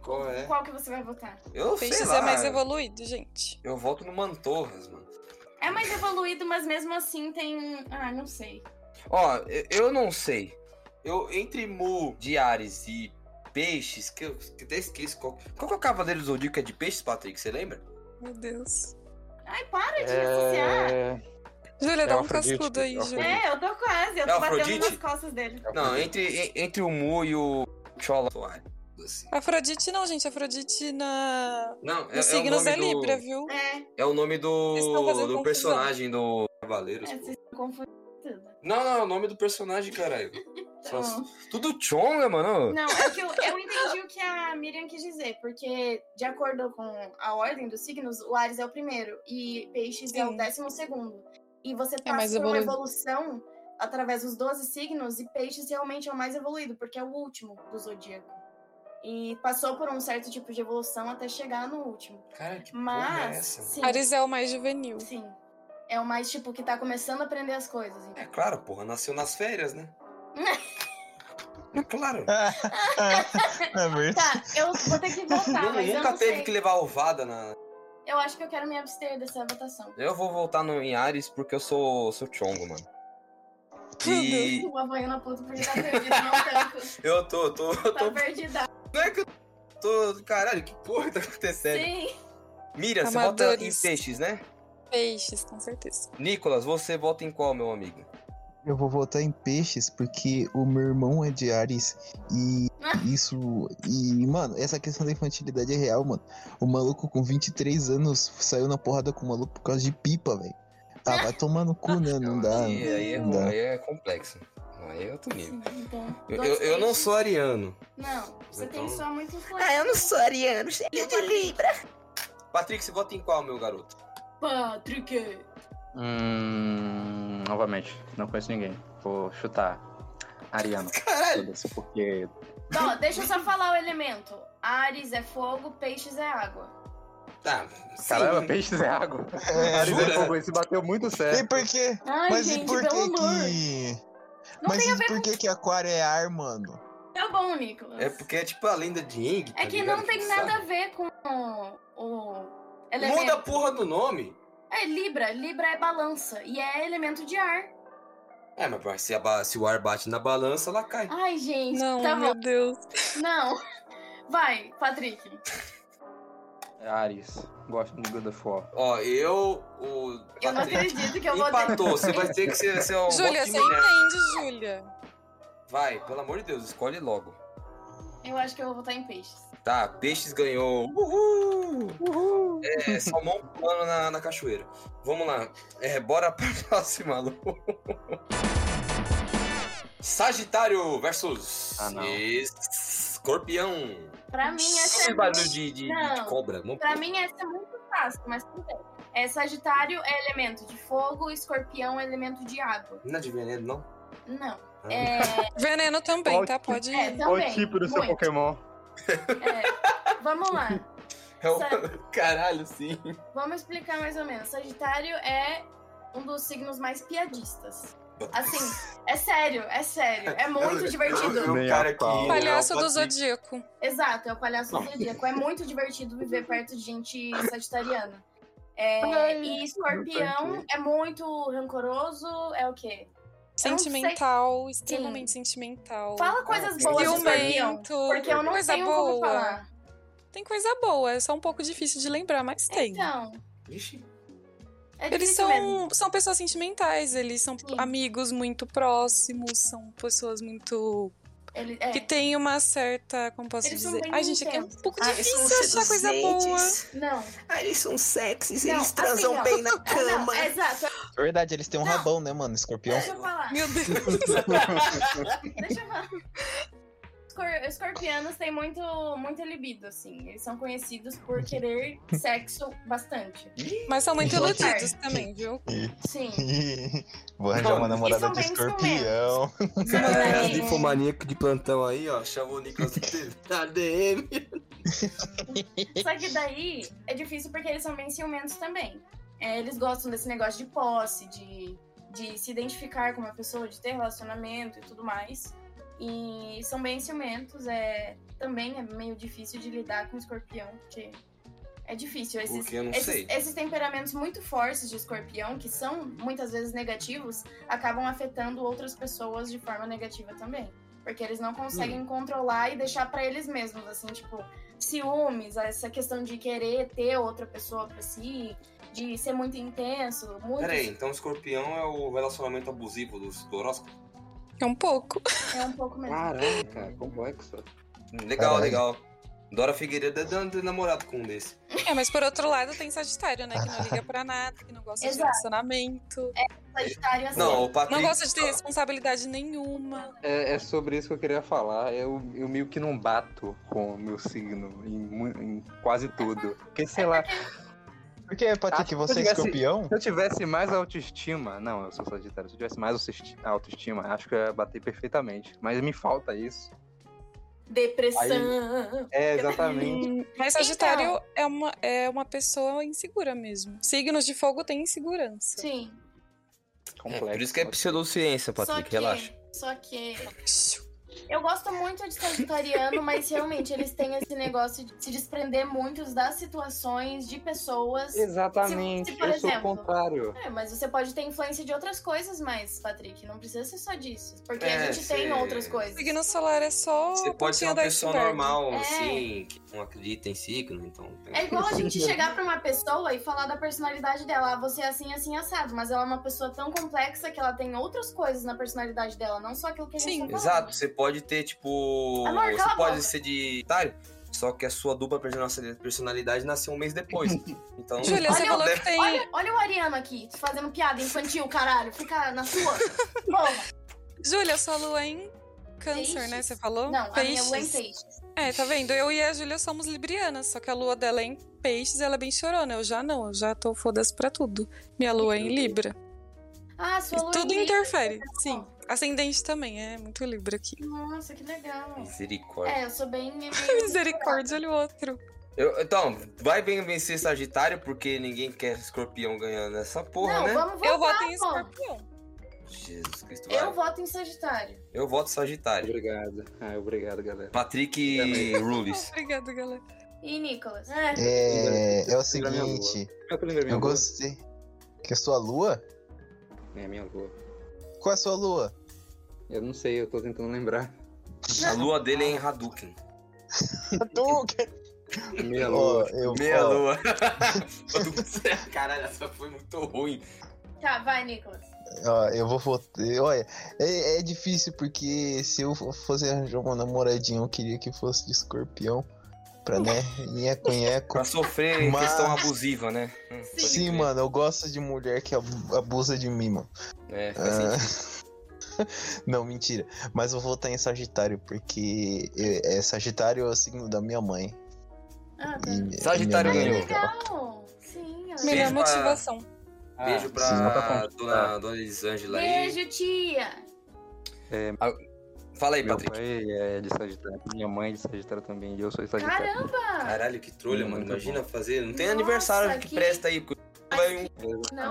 S1: Qual é?
S4: Qual que você vai votar?
S1: Eu sei
S6: Peixes
S1: lá.
S6: é mais evoluído, gente.
S1: Eu volto no Mantorras, mano.
S4: É mais evoluído, mas mesmo assim tem. Ah, não sei.
S1: Ó, eu, eu não sei. Eu, entre Mu de Ares e Peixes, que eu que até esqueço qual, qual que é o Cavaleiro do Zodíaco que é de Peixes, Patrick, você lembra?
S6: Meu Deus.
S4: Ai, para de associar.
S5: É...
S6: Júlia,
S5: É
S6: dá
S5: o
S6: um
S5: Afrodite,
S6: cascudo aí,
S5: é o Afrodite.
S6: Júlia.
S4: É, eu tô quase, eu
S1: É
S4: tô
S1: o
S4: batendo
S1: Afrodite?
S4: nas costas dele.
S5: Uhum.
S1: Não, entre, en- entre o Mu e o Chola. tô lá, assim.
S6: Afrodite não, gente. Afrodite na...
S1: Não, é,
S6: nos
S1: é o
S6: signos
S1: nome
S6: é Libra,
S1: do,
S6: viu?
S4: É,
S1: é o nome
S6: Vocês estão
S1: do,
S6: fazendo
S1: do
S6: confusão.
S1: personagem do Cavaleiros.
S4: é,
S1: pô.
S4: vocês estão confundindo tudo.
S1: Não, não, é o nome do personagem, caralho. Só-
S4: Então-
S1: Tudo chonga, mano.
S4: Não, é que eu, eu entendi o que a Miriam quis dizer, porque de acordo com a ordem dos signos, o Ares é o primeiro e Peixes é o
S6: Sim.
S4: décimo segundo. E você passa
S6: mais
S4: por uma
S6: evolu-
S4: evolução através dos 12 signos e peixes realmente é o mais evoluído, porque é o último do zodíaco. E passou por um certo tipo de evolução até chegar no último.
S1: Cara, que porra é
S4: Mas,
S1: essa?
S4: sim,
S6: Ares é o mais juvenil.
S4: sim, é o mais tipo que tá começando a aprender as coisas. então.
S1: É claro, porra, nasceu nas férias,
S4: [LAUGHS]
S1: né? é claro.
S3: É verdade.
S4: Tá, eu vou ter
S1: [LAUGHS]
S4: que votar, mas eu
S1: nunca
S4: não
S1: teve
S4: sei.
S1: que levar ovada na.
S4: Eu acho que eu quero me abster dessa votação.
S1: Eu vou voltar no em Ares porque eu sou, sou chongo, mano. E
S4: O Havaiana puto
S1: [LAUGHS]
S4: porque tá perdido no
S1: eu tô, eu tô, eu
S4: tempo. Tá
S1: tô.
S4: perdida.
S1: Não é que eu tô. Caralho, que porra tá acontecendo?
S4: Sim.
S1: Miriam, você vota em
S6: Amadores.
S1: peixes, né?
S6: Peixes, com certeza.
S1: Nicolas, você vota em qual, meu amigo?
S3: Eu vou votar em peixes porque o meu irmão é de Ares e
S4: Ah.
S3: isso. E, mano, essa questão da infantilidade é real, mano. O maluco com 23 anos saiu na porrada com o maluco por causa de pipa, velho. Ah, vai tomar no cu, né? Não dá.
S1: Aí, aí, é,
S3: não dá.
S1: aí é complexo. Aí é outro nível.
S4: Então,
S1: Eu,
S4: dois
S1: eu- eu não
S4: peixes.
S1: sou ariano.
S4: Não, você tem
S1: Então-
S4: só muito forte.
S1: ariano, cheio
S4: de Libra.
S1: Patrick, você vota em qual, meu garoto?
S4: Patrick.
S5: Hum, novamente, não conheço ninguém. Vou chutar.
S1: [LAUGHS]
S5: Ariano.
S1: Caralho!
S5: Foda-se, Porque.
S4: Não, deixa eu só falar o elemento. Ares é fogo, peixes é água.
S1: Tá,
S5: Caramba, peixes é água.
S3: É,
S5: Ares
S1: jura?
S5: é fogo, esse bateu muito
S3: E
S5: certo.
S3: por quê?
S4: Ai,
S3: Mas
S4: gente,
S3: e por que
S4: pelo amor.
S3: que.
S4: Não
S3: Mas
S4: tem a
S3: e
S4: ver
S3: por que que aquário é ar, mano?
S4: com... Tá bom, Nicolas.
S1: É porque é tipo a lenda de Eng.
S4: É que não tem nada a ver né? com o- o elemento.
S1: Muda a porra do nome.
S4: É Libra. Libra é balança. E é elemento de ar.
S1: É, mas parceiro, se, a ba- se o ar bate na balança, ela cai.
S4: Ai, gente.
S6: Não,
S4: tá
S6: meu
S4: bom.
S6: Deus.
S4: Não. Vai, Patrick.
S5: É Ares. Gosto do God of War.
S1: Ó, eu. O
S4: Eu não
S1: Patrick
S4: acredito que eu vou ter.
S1: empatou. Você vai ter que ser, ser um o
S6: Júlia,
S1: voto de
S6: você
S1: mulher.
S6: entende, Júlia.
S1: né? Vai, pelo amor de Deus, escolhe logo.
S4: Eu acho que eu vou votar em peixes.
S1: Tá, peixes ganhou. Uhul! É, salmão pulando na, na cachoeira. Vamos lá. É, bora pra [LAUGHS] próxima, Lu. Sagitário versus
S5: Ah, não.
S1: Escorpião.
S4: Pra mim, essa é
S1: Esse barulho de, de- de
S4: Não.
S1: cobra. Não-
S4: Pra mim, essa é muito fácil, mas tudo bem. É, sagitário é elemento de fogo, escorpião é elemento de água.
S1: Não é de veneno, não?
S4: Não.
S1: Ah.
S4: É,
S6: Veneno também, tá?
S5: Ótimo.
S6: Pode
S4: é
S6: ir.
S4: também.
S5: o tipo do seu
S4: muito.
S5: Pokémon.
S4: É, vamos lá.
S1: É o-
S4: Sabe?
S1: Caralho, sim.
S4: Vamos explicar mais ou menos. Sagitário é um dos signos mais piadistas. Assim, é sério, é sério. É muito divertido.
S1: É um
S5: Nem
S1: cara
S5: a
S1: que.
S5: pau.
S1: é o
S6: Palhaço do
S1: Patrick.
S6: Zodíaco.
S4: Exato, é o palhaço zodíaco. É muito divertido viver perto de gente sagitariana. É, e escorpião é muito rancoroso, é o quê?
S6: Sentimental, extremamente sentimental.
S4: Fala coisas boas de escorpião.
S6: É, Ciumento.
S4: Porque eu não
S6: coisa
S4: tenho
S6: boa.
S4: como falar.
S6: Tem coisa boa, é só um pouco difícil de lembrar, mas tem.
S4: Então,
S1: Ixi.
S4: é
S6: Eles
S4: difícil mesmo.
S6: são, são pessoas sentimentais, eles são
S4: Sim.
S6: amigos muito próximos, são pessoas muito.
S4: Ele- é.
S6: que têm uma certa. Como posso
S4: Eles são
S6: dizer?
S4: bem
S6: Ai, gente, é que é um
S4: intensos.
S6: pouco
S8: Ah, eles
S6: difícil
S8: são
S6: achar coisa boa.
S8: seduzentes.
S4: Não.
S8: Ah, eles são sexys,
S4: Não,
S8: eles
S4: assim,
S8: transam
S4: ó.
S8: bem na
S4: Não, é
S8: cama.
S4: exato.
S3: Verdade, eles têm um
S4: Não.
S3: rabão, né, mano? Escorpião.
S4: Deixa eu falar.
S6: Meu Deus.
S4: Deixa eu falar. Escor- Escorpianos têm muito, muito libido, assim. Eles são conhecidos por querer sexo bastante.
S6: Mas são muito
S3: Boa
S6: iludidos
S4: tarde.
S6: também, viu?
S4: Sim.
S3: Vou arranjar
S1: Não,
S3: uma namorada
S4: são
S3: de
S4: bem
S3: escorpião.
S1: É,
S4: Sim.
S1: ninfomaníaco de plantão aí, ó. Chamou o Nicolas da DM.
S4: Só que daí é difícil porque eles são bem ciumentos também. É, eles gostam desse negócio de posse, de, de se identificar com uma pessoa, de ter relacionamento e tudo mais. E são bem ciumentos. É, também é meio difícil de lidar com escorpião, porque é difícil. Esses,
S1: Porque eu não
S4: esses,
S1: sei.
S4: esses temperamentos muito fortes de escorpião, que são muitas vezes negativos, acabam afetando outras pessoas de forma negativa também. Porque eles não conseguem controlar e deixar pra eles mesmos, assim, tipo, ciúmes, essa questão de querer ter outra pessoa pra si, de ser muito intenso, muito.
S1: Peraí, então o escorpião é o relacionamento abusivo dos do horóscopo?
S6: É um pouco.
S4: É um pouco mesmo.
S5: Caramba, cara, complexo.
S1: Legal,
S3: Caralho.
S1: legal. Dora Figueiredo é dando namorado com um desse.
S6: É, mas por outro lado tem Sagitário, né? Que não liga pra nada, que não gosta de
S4: Exato.
S6: relacionamento,
S4: Sagitário assim.
S1: Não, o Patrick. tá
S6: não gosta de ter responsabilidade nenhuma.
S5: É, é sobre isso que eu queria falar. Eu, eu meio que não bato com o meu signo em, mu- em quase tudo. Porque, sei lá,
S3: Por que, Patrick,
S5: Acho que
S3: você
S5: eu
S3: é
S5: tivesse-
S3: escorpião?
S5: Tá, Se eu tivesse mais autoestima, não, eu sou sagitário, se eu tivesse mais autoesti- autoestima, acho que eu ia bater perfeitamente. Mas me falta isso.
S4: Depressão.
S5: É, exatamente.
S6: Mas
S4: Então.
S6: Sagitário é, uma, é uma pessoa insegura mesmo. Signos de fogo têm insegurança.
S4: Sim.
S1: É,
S5: Complexo.
S1: por isso que é pseudociência,
S4: só
S1: Patrick,
S4: que,
S1: relaxa.
S4: Só que eu gosto muito de Sagitariano, mas realmente eles têm esse negócio de se desprender muito das situações, de pessoas.
S5: Exatamente.
S4: Se- se, por
S5: eu sou
S4: exemplo-
S5: o contrário.
S4: É, mas você pode ter influência de outras coisas mais, Patrick. Não precisa ser só disso. Porque
S1: É,
S4: a gente tem
S1: sim.
S4: outras coisas.
S6: Signo solar é só.
S1: Você
S6: a
S1: pode ser
S6: pontinha
S1: uma
S6: do
S1: pessoa
S6: iceberg.
S1: normal,
S4: É.
S1: assim, que não acredita em signo, então. tem-
S4: É igual a gente chegar pra uma pessoa e falar da personalidade dela. Ah, você é assim, assim, assado. Mas ela é uma pessoa tão complexa que ela tem outras coisas na personalidade dela, não só aquilo que a gente
S6: Sim.
S4: tá falando.
S1: Exato, você pode ter, tipo.
S4: Amor, cala
S1: você
S4: a
S1: pode
S4: boca.
S1: ser de. Otário, só que a sua dupla personalidade- personalidade nasceu um mês [LAUGHS] depois. Então.
S6: Júlia, você
S1: não
S6: falou
S1: deve-
S6: que tem.
S4: Olha, olha o Ariano aqui, fazendo piada infantil, caralho. Fica na sua. Bom,
S6: Júlia, sua lua é em câncer,
S4: Peixes.
S6: né? Você falou?
S4: não, a minha lua em
S6: Peixes.
S4: peixes.
S6: É, tá vendo? Eu e a Júlia somos librianas, só que a lua dela é em peixes e ela é bem chorona. Eu já não, eu já tô foda-se pra tudo. Minha lua é em Libra.
S4: Ah,
S6: E
S4: sua lua
S6: tudo
S4: em Libra. tá
S6: interfere, sim. Ascendente também, é muito Libra aqui. [LAUGHS]
S4: Nossa, que legal.
S1: Misericórdia.
S4: É, eu sou
S1: [LAUGHS]
S4: bem...
S6: Misericórdia, olha o outro.
S1: Eu- então, vai bem vencer Sagitário, porque ninguém quer escorpião ganhando essa porra,
S4: não,
S1: né?
S4: vamos votar,
S6: Eu voto em
S4: pô.
S6: escorpião.
S1: Jesus Cristo. vai.
S4: Eu voto em Sagitário.
S1: Eu voto Sagitário.
S5: Obrigado. Ah, obrigado, galera.
S1: Patrick
S4: [LAUGHS]
S1: Rules.
S6: Obrigada, galera.
S4: E Nicolas.
S3: É, é o
S5: Tira minha lua.
S3: seguinte,
S5: Eu lembro minha
S3: eu
S5: lua.
S3: gostei. Que a sua lua?
S5: É minha lua.
S3: Qual é a
S5: [LAUGHS]
S3: sua lua?
S5: Eu não sei, eu tô tentando [LAUGHS] lembrar.
S1: A lua dele é em Hadouken.
S3: Hadouken!
S5: Minha
S3: Ó,
S5: lua.
S3: eu,
S1: Meia
S3: ó,
S1: [LAUGHS] lua. Caralho, essa foi muito ruim.
S4: Tá, vai, Nicolas.
S3: ó, eu vou votar. Olha, é, é difícil porque se eu fosse arranjar uma namoradinha, eu queria que fosse de escorpião. Pra, né? Nheco,
S5: [LAUGHS]
S3: nheco.
S1: Pra sofrer em
S3: Mas-
S1: questão abusiva, né? Hum, pode
S3: Sim,
S1: crer.
S3: mano, eu gosto de mulher que abu- abusa de mim, mano.
S1: É, faz sentido.
S3: Não, mentira. Mas eu vou votar em Sagitário, porque é, é Sagitário é o signo da minha mãe.
S4: Ah, tá.
S3: E- e minha
S1: Sagitário
S3: mãe é
S1: ganhou.
S3: legal.
S4: Legal. Sim, ó.
S6: Melhor
S1: Beijo pra-
S6: motivação.
S4: Tá.
S5: é. Ah,
S1: Beijo pra
S3: sim,
S1: dona, dona Elisângela aí.
S4: Beijo, tia.
S1: Fala aí,
S5: Meu
S1: Patrick.
S5: pai é de Sagitário, minha mãe é de Sagitário também, e eu sou de Sagitário.
S4: Caramba!
S1: Caralho, que trolha, mano.
S5: Muito
S1: Imagina fazer. Não tem
S4: Nossa,
S1: aniversário que
S4: que-
S1: presta aí. porque Vai um...
S4: Ah, Não,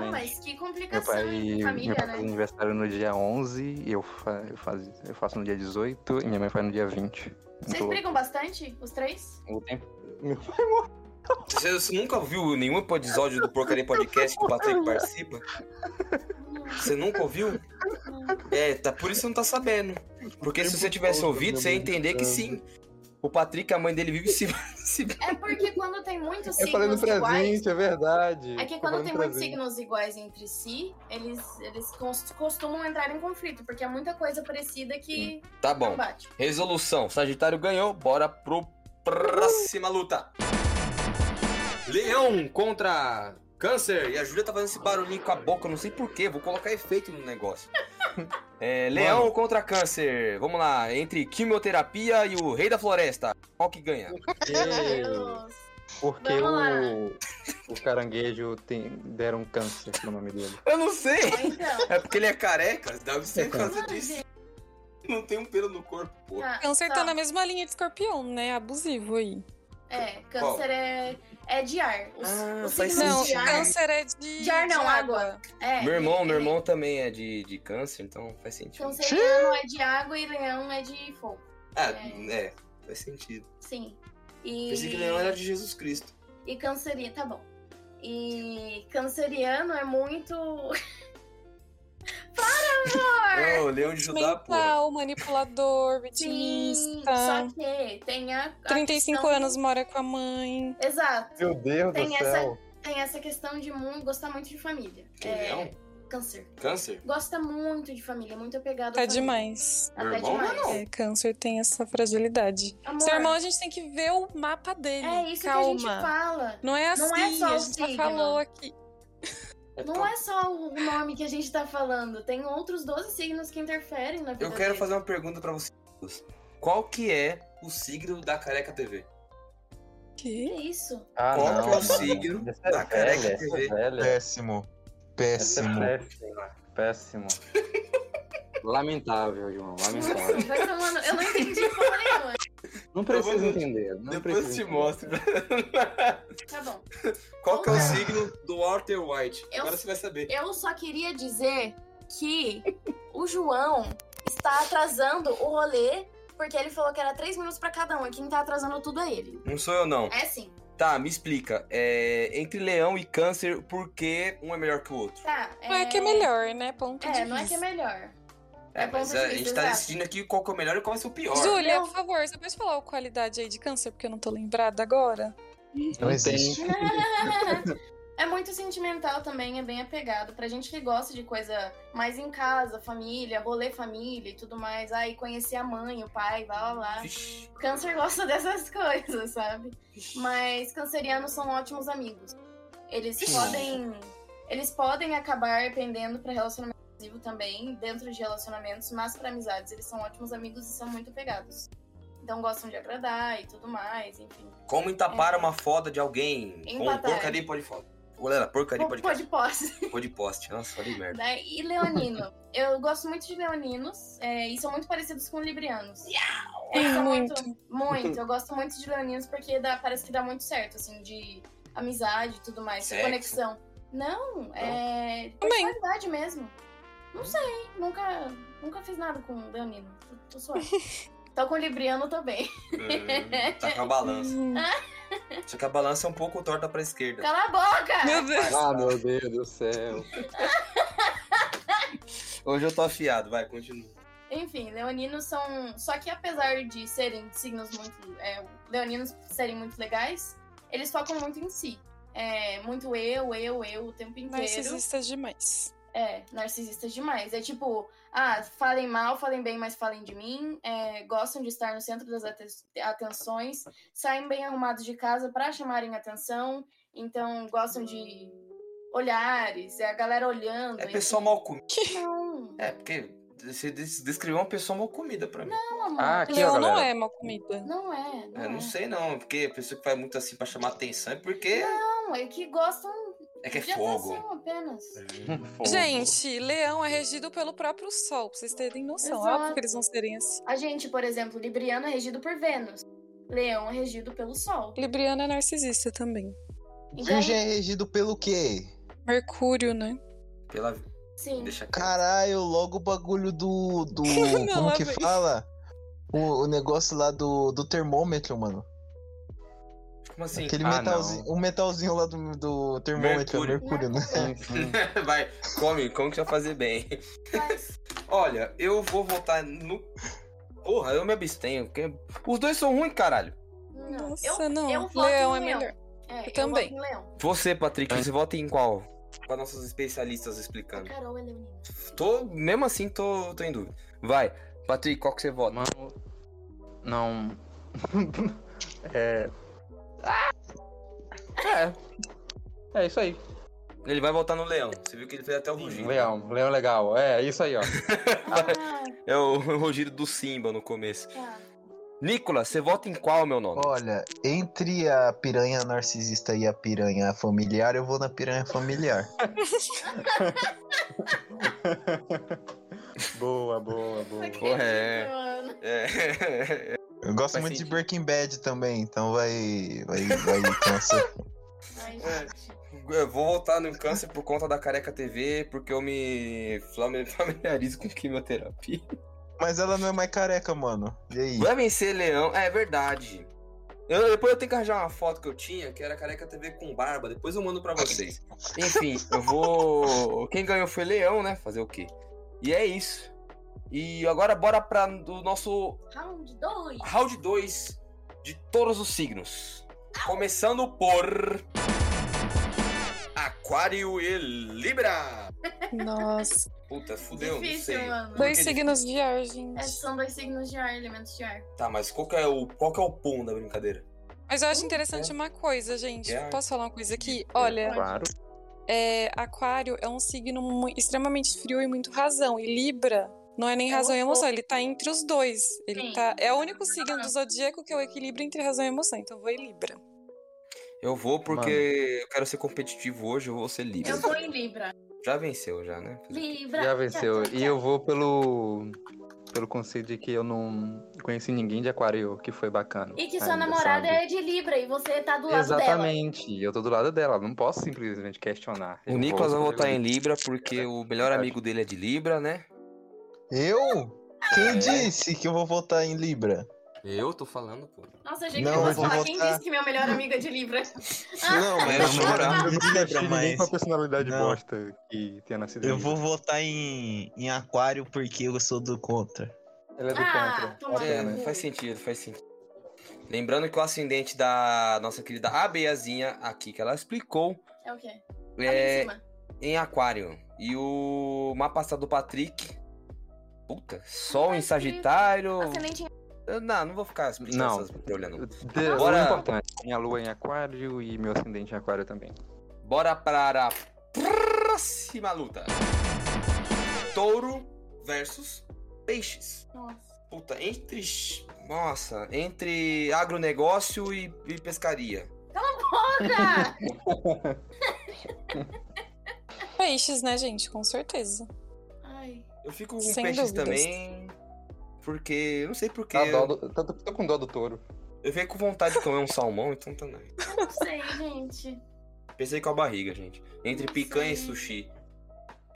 S5: Exatamente.
S4: mas que
S5: é Meu
S4: complicação,
S5: pai,
S4: hein? Família,
S5: meu pai um faz
S4: né?
S5: aniversário no dia 11, e eu, fa eu, faz- eu faço no dia 18, e minha mãe faz no dia 20.
S4: Vocês
S5: Muito
S4: brigam bastante, os três?
S5: louco. O tempo.
S1: Você, você nunca ouviu nenhum episódio do Porcaria Podcast que o Patrick participa? Você nunca ouviu? É, tá, por isso você não tá sabendo. Porque se você tivesse ouvido, você ia entender que sim. O Patrick, a mãe dele, vive [LAUGHS] se. se...
S4: É porque quando tem muitos
S5: [LAUGHS] Eu falei no
S4: signos iguais.
S5: presente, é verdade.
S4: É que quando tem muitos signos iguais entre si, eles, eles cons- costumam entrar em conflito, porque é muita coisa parecida
S5: Hum,
S4: que
S1: Tá
S4: não
S1: bom.
S4: bate.
S1: Resolução. Sagitário ganhou. Bora pro próxima luta. Leão contra Câncer. E a Júlia tá fazendo esse barulhinho com a boca, não sei porquê. Vou colocar efeito no [LAUGHS] negócio. É, Leão contra Câncer. Vamos lá. Entre quimioterapia e o Rei da Floresta. Qual que ganha?
S4: Ah, [LAUGHS] Deus.
S5: Porque
S4: Vamos lá.
S5: o, o caranguejo tem, deram câncer no nome dele.
S1: Eu não sei.
S4: Então,
S5: [LAUGHS]
S1: É porque ele é careca, deve ser por causa
S4: Ah,
S1: disso. É [LAUGHS] Não tem um pelo no corpo, pô.
S4: tá,
S6: Câncer tá
S4: tá.
S6: na mesma linha de escorpião, né? Abusivo aí.
S4: É,
S1: Qual?
S4: câncer é, é de ar. Os,
S1: Ah,
S4: os
S1: faz
S4: signos
S6: Não,
S1: sentido.
S4: de ar.
S6: câncer é de.
S4: De ar não, água. É,
S1: Meu irmão, meu irmão também é de, de câncer, então faz sentido.
S4: Canceriano é de água e leão é de fogo.
S1: Ah, é, faz sentido.
S4: Sim. E...
S1: Pensei que leão era de Jesus Cristo.
S4: E canceriano, tá bom. E canceriano é muito. Para, amor!
S1: É, o leão de Judá, pô.
S6: Mental,
S4: Sim,
S6: manipulador, vitimista.
S4: só que tem a. a
S6: 35
S4: questão-
S6: anos, mora com a mãe.
S4: Exato.
S5: Meu Deus
S4: Tem
S5: do
S4: essa-
S5: céu.
S4: Tem essa questão de muito, gostar muito de família.
S1: Que
S4: É,
S1: leão?
S4: Câncer.
S1: um Câncer?
S4: Gosta muito de família, é muito apegado à
S6: Tá
S4: família.
S6: demais.
S1: Meu
S4: Até
S1: irmão não é
S4: demais.
S1: não.
S6: É, câncer tem essa fragilidade.
S4: Amor,
S6: Seu irmão, a gente tem que ver o mapa dele.
S4: é isso
S6: Calma.
S4: que a gente fala.
S6: Não é assim,
S4: Não é só
S6: a
S4: o
S6: gente já
S4: signo.
S6: falou aqui.
S4: Não é só o nome que a gente tá falando, tem outros 12 signos que interferem na vida.
S1: Eu quero
S4: dele.
S1: fazer uma pergunta pra vocês. Qual que é o signo da careca TV?
S4: Que
S6: quê?
S4: isso?
S5: Ah,
S1: Qual que é o
S5: mano.
S1: signo
S5: Essa é
S1: da
S5: velha,
S1: Careca
S5: essa é
S1: TV?
S5: velha.
S3: Péssimo.
S5: Essa
S3: Péssimo.
S5: é Péssimo. Péssimo. [LAUGHS] Lamentável, João. Lamentável.
S4: Nossa, vai tomando... Eu
S1: [LAUGHS]
S4: não entendi porra nenhuma.
S5: Não precisa
S1: vou-
S5: entender. Não
S1: Depois eu
S5: precisa
S1: te
S5: entender.
S1: mostro.
S4: Tá bom.
S1: Qual que é o
S4: Ah.
S1: signo do Walter White?
S4: Eu-
S1: Agora você vai saber.
S4: Eu só queria dizer que o João está atrasando o rolê porque ele falou que era três minutos pra cada um e quem tá atrasando tudo é ele.
S1: Não sou eu, não.
S4: É sim.
S1: Tá, me explica. É, entre leão e câncer, por que um é melhor que o outro?
S4: Tá.
S6: Não é que é melhor, né? Ponto de
S4: É, não é que é
S6: vista.
S4: melhor.
S1: É,
S4: É bom
S1: mas
S4: ter
S1: é, a
S4: visto,
S1: gente tá
S4: exato.
S1: decidindo aqui qual que é o melhor e qual vai ser o pior.
S6: Júlia,
S4: Não.
S6: por favor, você pode falar a qualidade aí de câncer, porque eu não tô lembrada agora.
S3: Não
S5: Não
S3: existe.
S5: tem.
S4: É muito sentimental também, é bem apegado. Pra gente que gosta de coisa mais em casa, família, rolê família e tudo mais. Aí conhecer a mãe, o pai, blá blá blá.
S1: Vixe,
S4: Câncer gosta [LAUGHS] dessas coisas, sabe?
S1: vixe.
S4: Mas cancerianos são ótimos amigos. Eles
S1: Sim.
S4: podem. Eles podem acabar pendendo pra relacionamento abusivo também, dentro de relacionamentos, mas pra amizades eles são ótimos amigos e são muito apegados. Então gostam de agradar e tudo mais, enfim.
S1: Como entapar uma foda de alguém com
S4: Empatar.
S1: porcaria e pode foda. Galera, porcaria pode
S4: Pode posse.
S1: pode poste. Nossa, falei
S4: [LAUGHS]
S1: merda.
S4: Né? E Leonino. Eu gosto muito de Leoninos é, e são muito parecidos com Librianos. Eles são muito. Muito. Eu gosto muito de Leoninos porque dá- parece que dá muito certo, assim, de amizade e tudo mais, de
S1: Sexo.
S4: conexão. Não, é.
S6: Também.
S4: personalidade mesmo. Não sei, nunca, nunca fiz nada com Leonino. Tô, tô suave. Tô com Libriano também. É.
S1: Hum, tá com a balança.
S6: Hum.
S1: Só que a balança é um pouco torta pra esquerda.
S4: Cala a boca!
S6: Meu Deus.
S5: Ah, meu Deus do céu. [LAUGHS]
S1: Hoje eu tô afiado, vai, continua.
S4: Enfim, leoninos são. Só que apesar de serem signos muito. é, leoninos serem muito legais, eles focam muito em si. É, muito eu, eu, eu o tempo inteiro.
S6: Narcisistas demais.
S4: É, narcisistas demais. É tipo, ah, falem mal, falem bem, mas falem de mim. É, gostam de estar no centro das aten- atenções. Saem bem arrumados de casa para chamarem atenção. Então, gostam de olhares, é a galera olhando.
S1: É
S4: enfim.
S1: pessoa mal comida.
S4: Não,
S1: É, porque você des- descreveu uma pessoa mal comida pra mim.
S4: não, amor.
S5: Ah, aqui, ó,
S6: Leão não
S5: galera.
S6: é mal comida.
S4: Não é. Não
S1: Eu
S4: é.
S1: não sei não, porque a pessoa que faz muito assim pra chamar atenção é porque
S4: Não, tá é que gostam
S1: é que é
S4: de
S1: fogo. É. Hum,
S4: atenção apenas.
S5: Fogo.
S6: Gente, leão é regido pelo próprio sol, pra vocês terem noção. É
S4: Exato.
S6: Óbvio que eles não serem assim.
S4: A gente, por exemplo, Libriano é regido por Vênus. Leão é regido pelo Sol.
S6: Libriano é narcisista também.
S4: Então,
S3: Virgem é regido pelo quê?
S6: Mercúrio, né?
S1: Pela...
S4: sim.
S1: Deixa quieto.
S3: Caralho, logo o bagulho do.
S4: [LAUGHS]
S3: do
S6: Não,
S3: como
S6: lá
S3: que
S6: vem.
S3: fala? O, o negócio lá do, do termômetro, mano.
S1: Como assim?
S3: Aquele
S5: Ah,
S3: metalzinho, o metalzinho lá do, do termômetro, é mercúrio,
S4: Mercúrio.
S3: né?
S5: Sim, sim.
S1: [LAUGHS] Vai, come, come que já fazer bem.
S4: Mas,
S1: Olha, eu vou votar no. Porra, eu me abstenho. Porque... Os dois são ruins, caralho.
S4: não.
S6: Nossa,
S4: eu,
S6: não.
S4: eu voto
S6: leão
S4: em
S6: é
S4: leão. [LAUGHS]
S6: melhor.
S4: É, eu
S6: também.
S4: voto em leão.
S1: Você, Patrick, você vota em qual? Pra nossos especialistas explicando.
S4: Carol é leonina.
S1: [LAUGHS] Tô, mesmo assim, tô, tô em dúvida. Vai, Patrick, qual que você vota?
S5: Mano. Não. [LAUGHS] é. Ah! É. É isso aí.
S1: Ele vai votar no leão. Você viu que ele fez até o rugido.
S5: Leão, leão legal. É, isso aí, ó.
S4: Ah,
S1: É o, [LAUGHS] o rugido do Simba no começo.
S4: tá.
S1: Nicolas, você vota em qual, meu nome?
S3: Olha, entre a piranha narcisista e a piranha familiar, eu vou na piranha familiar.
S5: Boa, boa, boa.
S1: Porra, é.
S4: Mano.
S1: É. [LAUGHS]
S3: Eu gosto
S1: Faz
S3: muito de
S1: sentido.
S3: Breaking Bad também, então vai. vai. vai. ter [LAUGHS] essa-
S4: Ai,
S1: É.
S4: gente.
S1: Eu vou voltar no câncer por conta da careca TV, porque eu me flame- familiarizo com quimioterapia.
S3: Mas ela não é mais careca, mano. E aí?
S1: Vai vencer leão, é verdade. Eu- depois eu tenho que arranjar uma foto que eu tinha, que era careca TV com barba, depois eu mando pra vocês. Enfim, eu vou. Quem ganhou foi leão, né? Fazer o quê? E é isso. E agora bora pra do nosso
S4: Round 2.
S1: round 2 de todos os signos. Começando por. Aquário e Libra!
S6: Nossa.
S1: Puta, fudeu, não
S4: Difícil,
S1: sei.
S4: mano.
S1: Por que
S6: Dois signos de ar, gente.
S4: É, são dois signos de ar, elementos de ar.
S1: Tá, mas qual que é o, qual que é o pum da brincadeira?
S6: Mas eu acho
S4: um
S6: interessante uma coisa, gente.
S1: É.
S6: Posso falar uma coisa aqui?
S1: É.
S6: Olha,
S5: Claro.
S6: é, aquário é um signo mu- extremamente frio e muito razão. E Libra não é nem
S4: É
S6: razão e
S4: um
S6: emoção, ele tá entre os dois. Ele
S4: Sim.
S6: tá. É o único signo do zodíaco que é o equilíbrio entre razão e emoção. Então eu vou em Libra.
S1: Eu vou porque eu quero ser competitivo hoje, eu vou ser livre.
S4: Eu vou em Libra.
S1: Já venceu, já, né?
S4: Libra.
S5: Já venceu.
S4: tchá, tchá,
S5: E eu vou pelo. pelo conselho de que eu não conheci ninguém de aquário, que foi bacana.
S4: E que sua
S5: ainda,
S4: namorada
S5: sabe?
S4: é de Libra e você tá do lado dela.
S5: Exatamente, eu tô do lado dela, não posso simplesmente questionar.
S1: O Nicolas vai votar em Libra porque o melhor amigo dele é de Libra, né?
S3: Eu? Quem disse que eu vou votar em Libra?
S1: Eu tô falando, pô.
S4: Nossa, achei que
S3: Não,
S4: ele
S3: eu
S4: fosse
S3: vou
S4: falar. Quem
S3: votar-
S4: disse que meu melhor amigo é
S5: [LAUGHS]
S4: de Libra? Ah!
S3: Não, mas
S4: [LAUGHS]
S1: Não,
S3: namorado de Libra,
S5: Ninguém
S3: mas
S5: com a personalidade
S3: Não.
S5: bosta que tinha nascido.
S3: eu vou votar em, em Aquário porque eu sou do contra.
S5: Ela é do
S4: Ah,
S5: contra.
S4: toma
S5: É,
S1: É,
S4: no
S5: né?
S4: cu.
S1: faz sentido, faz sentido. Lembrando que o ascendente da nossa querida abeiazinha aqui, que ela explicou,
S4: É o quê?
S1: é
S4: Ali em cima.
S1: em aquário. E o mapa astral do Patrick... Puta, sol em Sagitário...
S4: Ascendente em
S1: Eu- Não, não vou ficar explicando
S5: Não.
S1: essas brulhas, não.
S5: De- o
S1: Bora.
S5: é importante, minha lua em aquário e meu ascendente em aquário também.
S1: Bora para a próxima luta. Touro versus peixes.
S4: Nossa.
S1: Puta, entre... Nossa, entre agronegócio e- e pescaria.
S4: Foda!
S6: Peixes, né, gente? Com certeza.
S4: [LAUGHS] Ai.
S1: Eu fico com
S6: Sem
S1: peixes
S6: dúvidas.
S1: também. Porque. eu Não sei porque.
S5: Tá dó
S1: Eu,
S5: do- tá- tô, tô com dó do touro.
S1: eu fiquei com vontade de comer um salmão, então tá não.
S4: Não sei, gente.
S1: Pensei com a barriga, gente. Entre
S4: Não
S1: picanha e
S4: sei.
S1: sushi.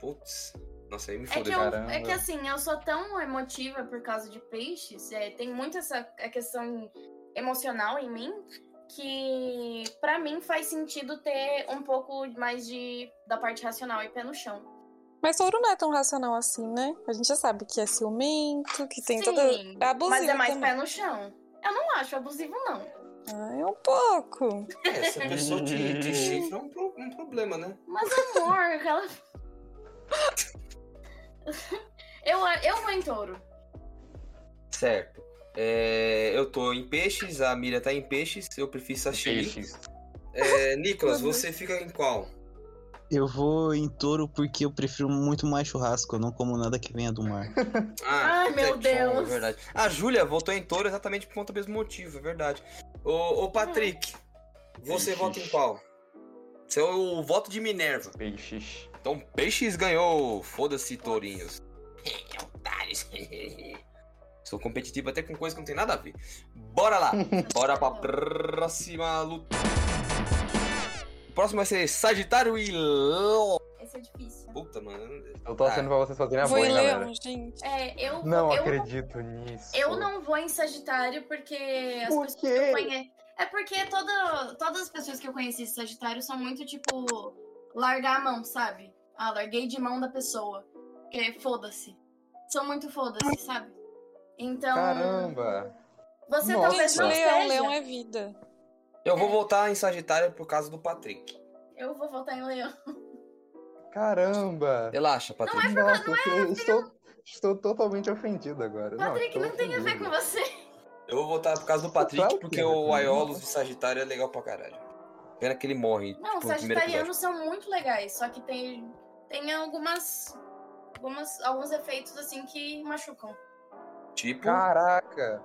S1: Putz. Nossa, aí me
S4: É que,
S1: fodeu.
S4: eu,
S5: Caramba.
S4: é que assim, eu sou tão emotiva por causa de peixes, é, tem muito essa a questão emocional em mim, que pra mim faz sentido ter um pouco mais de da parte racional e pé no chão.
S6: Mas touro não é tão racional assim, né? A gente já sabe que é ciumento, que tem toda.
S4: Sim,
S6: É abusivo
S4: Mas é mais
S6: também.
S4: pé no chão. Eu não acho abusivo, não.
S6: Ah, é um pouco.
S1: É, essa pessoa de, de chifre é um, pro- um problema, né?
S4: Mas amor,
S1: [LAUGHS]
S4: [LAUGHS] ela. eu, a- eu vou em touro.
S1: Certo. É, eu tô em peixes, a Mira tá em peixes, eu prefiro sashimi.
S5: Peixes.
S1: É, Nicolas,
S6: Meu
S4: Uhum.
S6: Deus.
S1: você fica em qual?
S3: Eu vou em touro porque eu prefiro muito mais churrasco, eu não como nada que venha do mar.
S1: Ah,
S4: Ai,
S1: puta
S4: meu
S1: que pariu,
S4: Deus.
S1: É verdade. A Júlia votou em touro exatamente por conta do mesmo motivo, é verdade. Ô, ô Patrick, você
S5: Ixi.
S1: vota em qual? Seu o voto de Minerva.
S5: Peixes.
S1: Então, peixes ganhou. Foda-se, tourinhos. Otários. Sou competitivo até com coisa que não tem nada a ver. Bora lá. Bora pra próxima luta. O próximo vai ser Sagitário e... Leão.
S4: Esse é difícil.
S1: Puta, mano.
S5: Eu tô achando pra vocês fazerem a
S6: Vou
S5: boa, É
S6: em
S5: hein,
S4: um
S5: galera.
S6: leão, gente.
S4: É, eu,
S5: Não
S4: eu
S5: acredito nisso.
S4: Eu não vou em Sagitário porque as
S5: Por
S4: pessoas que eu
S5: quê?
S4: conheço. É porque toda, todas as pessoas que eu conheci de Sagitário são muito tipo largar a mão, sabe? Ah, larguei de mão da pessoa. Porque foda-se. São muito foda-se, sabe? Então.
S5: Caramba.
S4: Você
S5: Nossa.
S4: talvez
S6: Gente,
S4: não
S6: leão,
S4: seja.
S6: leão é vida.
S1: Ah, Eu vou votar em Sagitário por causa do Patrick.
S4: Eu vou votar em leão.
S5: Caramba.
S1: Relaxa, Patrick.
S4: é
S5: Nossa, eu estou, estou totalmente ofendido agora.
S4: Patrick,
S5: estou
S4: não, tem a ver com
S5: ofendido.
S4: você.
S1: Eu vou votar por causa do Patrick,
S5: Claro que
S1: porque
S5: é,
S1: o
S5: cara.
S1: Aiolos de Sagitário é legal pra caralho. Pena que ele morre.
S4: Não,
S1: tipo, no primeiro episódio.
S4: sagitarianos são muito legais, só que tem, tem algumas, algumas. alguns efeitos assim que machucam.
S1: Tipo,
S5: Caraca.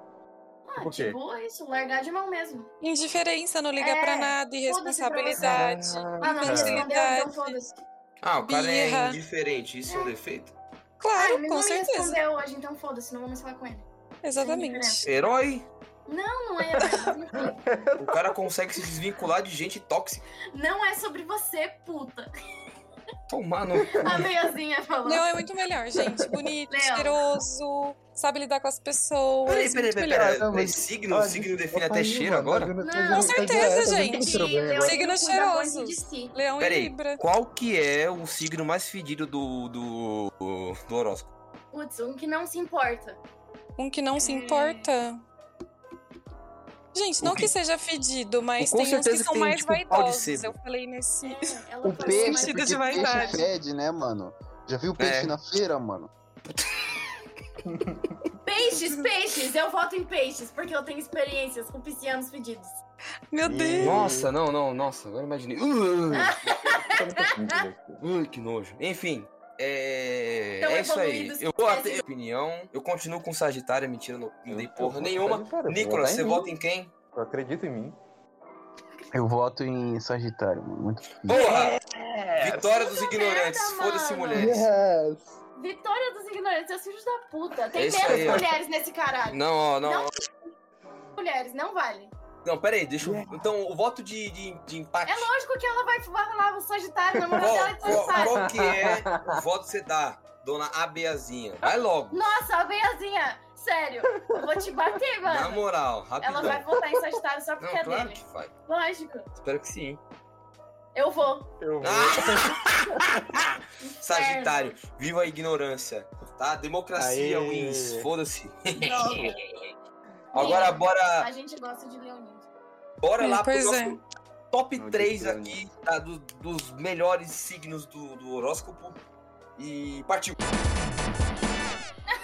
S4: Ah,
S5: Por quê?
S4: tipo, isso, largar de mão mesmo.
S6: Indiferença, não liga
S4: É,
S6: pra nada,
S4: foda-se pra você.
S6: irresponsabilidade.
S4: Ah, não,
S5: Cara.
S4: respondeu, então foda-se.
S1: ah, o cara é
S6: birra.
S1: indiferente, isso é um defeito?
S4: Ah,
S6: Claro,
S4: ele não
S6: com
S4: me
S6: certeza.
S4: respondeu hoje, então foda-se, não vou mais falar com ele.
S6: Exatamente.
S4: indiferença.
S1: Herói?
S4: Não, não é. Evelyn.
S1: O cara consegue se desvincular de gente tóxica.
S4: não é sobre você, puta.
S1: Tomar no cu.
S4: A meiazinha falou.
S1: assim.
S6: Não, é muito melhor, gente. Bonito,
S4: Leão.
S6: cheiroso, sabe lidar com as pessoas.
S1: Peraí, peraí, peraí,
S6: muito melhor.
S1: peraí.
S5: Não,
S1: peraí.
S5: mas-
S1: Signo,
S5: Ah,
S1: signo
S5: gente,
S1: define
S5: tá
S1: até
S5: saindo,
S1: cheiro
S5: tá
S1: agora?
S5: vindo- tá
S4: Não,
S5: vindo-
S4: com
S5: tá
S6: certeza,
S5: vindo- tá
S6: gente.
S5: vindo
S4: Que
S5: problema.
S4: Leão é
S6: Signo
S4: um cu da mãe
S6: cheiroso.
S4: de si.
S6: Leão e
S1: Peraí,
S6: Libra.
S1: qual que é o signo mais fedido do, do, do horóscopo?
S4: Putz, um que não se importa.
S6: Um que não se
S4: É.
S6: importa. Gente, não que seja fedido, mas
S1: Com
S6: tem uns que
S1: certeza
S6: são
S1: tem,
S6: mais
S1: tipo, pau de
S6: vaidosos.
S1: sebo.
S6: Eu falei nesse.
S4: É,
S7: [LAUGHS]
S4: ela
S7: O
S3: Um
S4: falou
S7: peixe,
S4: mais-
S6: sentido
S7: porque
S6: de vaidade.
S7: peixe fede, né, mano? Já viu peixe
S1: É.
S7: na feira, mano?
S4: Peixes, peixes, eu voto em peixes, porque eu tenho experiências com piscianos pedidos.
S6: Meu
S1: Hum.
S5: Ih.
S6: Deus.
S1: Nossa, não, não, nossa, agora imaginei. Uh,
S5: Tá muito ofendido.
S1: Ai, que nojo. Enfim, é.
S4: Tão
S1: é isso aí.
S4: evoluídos que
S1: Eu vou
S4: parecem-
S1: até opinião. Eu continuo com Sagitário, mentira, não, não dei
S5: Eu-
S1: porra
S5: eu-
S1: nenhuma.
S5: cara, eu vou
S1: Nicolas,
S5: votar
S1: você
S5: em mim.
S1: vota em quem?
S5: Eu acredito em mim.
S7: Eu voto em Sagitário, mano. Muito difícil.
S1: Boa! Vitória dos
S4: Puta
S1: ignorantes.
S4: merda,
S1: Foda-se,
S4: mano.
S1: mulheres.
S4: Vitória dos ignorantes, seus filhos da puta. Tem
S1: Esse
S4: menos
S1: aí, ó.
S4: mulheres nesse caralho.
S1: Não, ó, não,
S4: Não. Mulheres, não vale.
S1: não, pera aí, deixa eu. Então, o voto de, de, de empate.
S4: É lógico que ela vai falar
S1: [LAUGHS]
S4: o Sagitário, namorado dela é
S1: Qual,
S4: de
S1: qual,
S4: Sagitário.
S1: qual que é o voto que você dá, dona Abeazinha? Vai logo,
S4: Nossa, a veiazinha, sério, eu vou te bater,
S1: na
S4: mano.
S1: moral,
S4: Ela
S1: rapidão.
S4: vai votar em Sagitário só porque
S1: Não,
S4: é
S1: claro
S4: dele.
S1: que vai.
S4: Lógico,
S1: Espero que sim.
S4: eu vou.
S5: Eu
S1: Ah! [LAUGHS] Sagitário, viva a ignorância. Tá? Democracia
S5: Aê.
S1: wins. Foda-se.
S4: Droga.
S1: Agora
S4: Sim.
S1: bora,
S4: A gente gosta de Leonino.
S1: bora
S6: É,
S1: lá pro
S6: pois
S1: nosso
S6: é.
S1: top
S5: Não,
S1: 3
S5: Deus,
S1: aqui tá? Do- dos melhores signos do, do horóscopo. E partiu.
S4: [LAUGHS]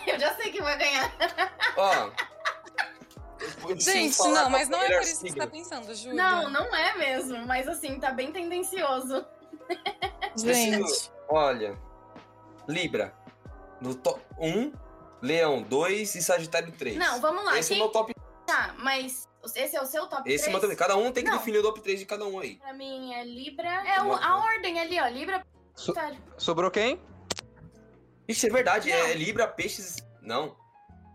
S4: Eu já sei que vai ganhar.
S1: Ó. Eu preciso
S6: Gente,
S1: falar
S6: não,
S1: qual
S6: mas
S1: o
S6: não é
S1: melhor
S6: por isso que você
S1: signo.
S6: tá pensando, Júlia.
S4: Não, não é mesmo, mas assim, tá bem tendencioso.
S1: é
S6: Gente,
S1: tá
S6: é
S1: Olha, Libra no top 1, Leão 2 e Sagitário 3.
S4: Não, vamos lá.
S1: Esse é
S4: Quem
S1: o meu top.
S4: tá? Mas esse é o seu top
S1: Esse é o meu top.
S4: 3?
S1: Cada um tem que
S4: Não.
S1: definir o top 3 de cada um aí.
S4: Pra mim é Libra. É o-
S1: Vamos
S4: a
S1: lá.
S4: ordem ali, ó. Libra.
S5: So-
S4: Sagitário.
S5: Sobrou quem?
S1: Ixi, é verdade.
S4: Não.
S1: É Libra, Peixes. Não.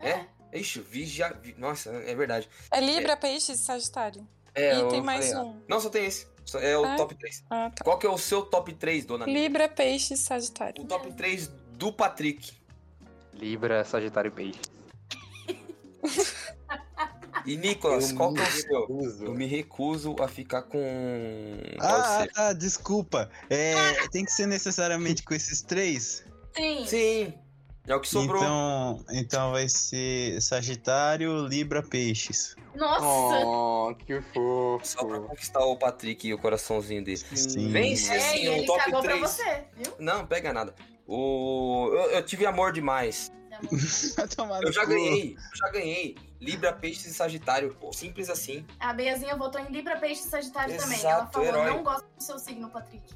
S4: É.
S1: Ixi, Vigia. vi- Nossa, é verdade.
S6: é Libra, Peixe e Sagitário.
S1: É,
S6: e
S1: eu
S6: tem mais
S1: falei, ah,
S6: um.
S1: Não, só tem esse. Só- É o
S6: Ah.
S1: top 3.
S6: Ah, tá.
S1: Qual que é o seu top 3, dona? Libra?
S6: Libra, Peixe e Sagitário.
S1: O top 3 do Patrick.
S5: Libra, Sagitário e Peixe.
S1: E Nicolas,
S5: Eu
S1: qual
S5: me
S1: que é o seu? Eu
S5: recuso.
S1: me recuso a ficar com. é
S3: Ah,
S1: você.
S3: tá, desculpa. É, tem que ser necessariamente com esses três?
S4: Sim.
S1: Sim. É o que sobrou.
S3: Então, então vai ser Sagitário, Libra, Peixes.
S4: Nossa.
S5: Oh, que
S1: Só pra
S5: fofo.
S1: conquistar o Patrick e o coraçãozinho dele.
S3: Sim.
S1: Vence
S4: é,
S1: assim,
S4: e
S1: um
S4: ele
S1: top
S4: cagou pra
S1: 3.
S4: você, viu?
S1: Não, pega nada. O... Eu, eu tive amor demais.
S3: [LAUGHS] Vai tomar
S1: Eu
S3: no
S1: já
S3: cu.
S1: ganhei, eu já ganhei. Libra, peixes e Sagitário, pô. Simples assim.
S4: A Beiazinha votou em Libra, Peixe e Sagitário também.
S1: Exato,
S4: Ela falou,
S1: herói.
S4: não gosto do seu signo, Patrick.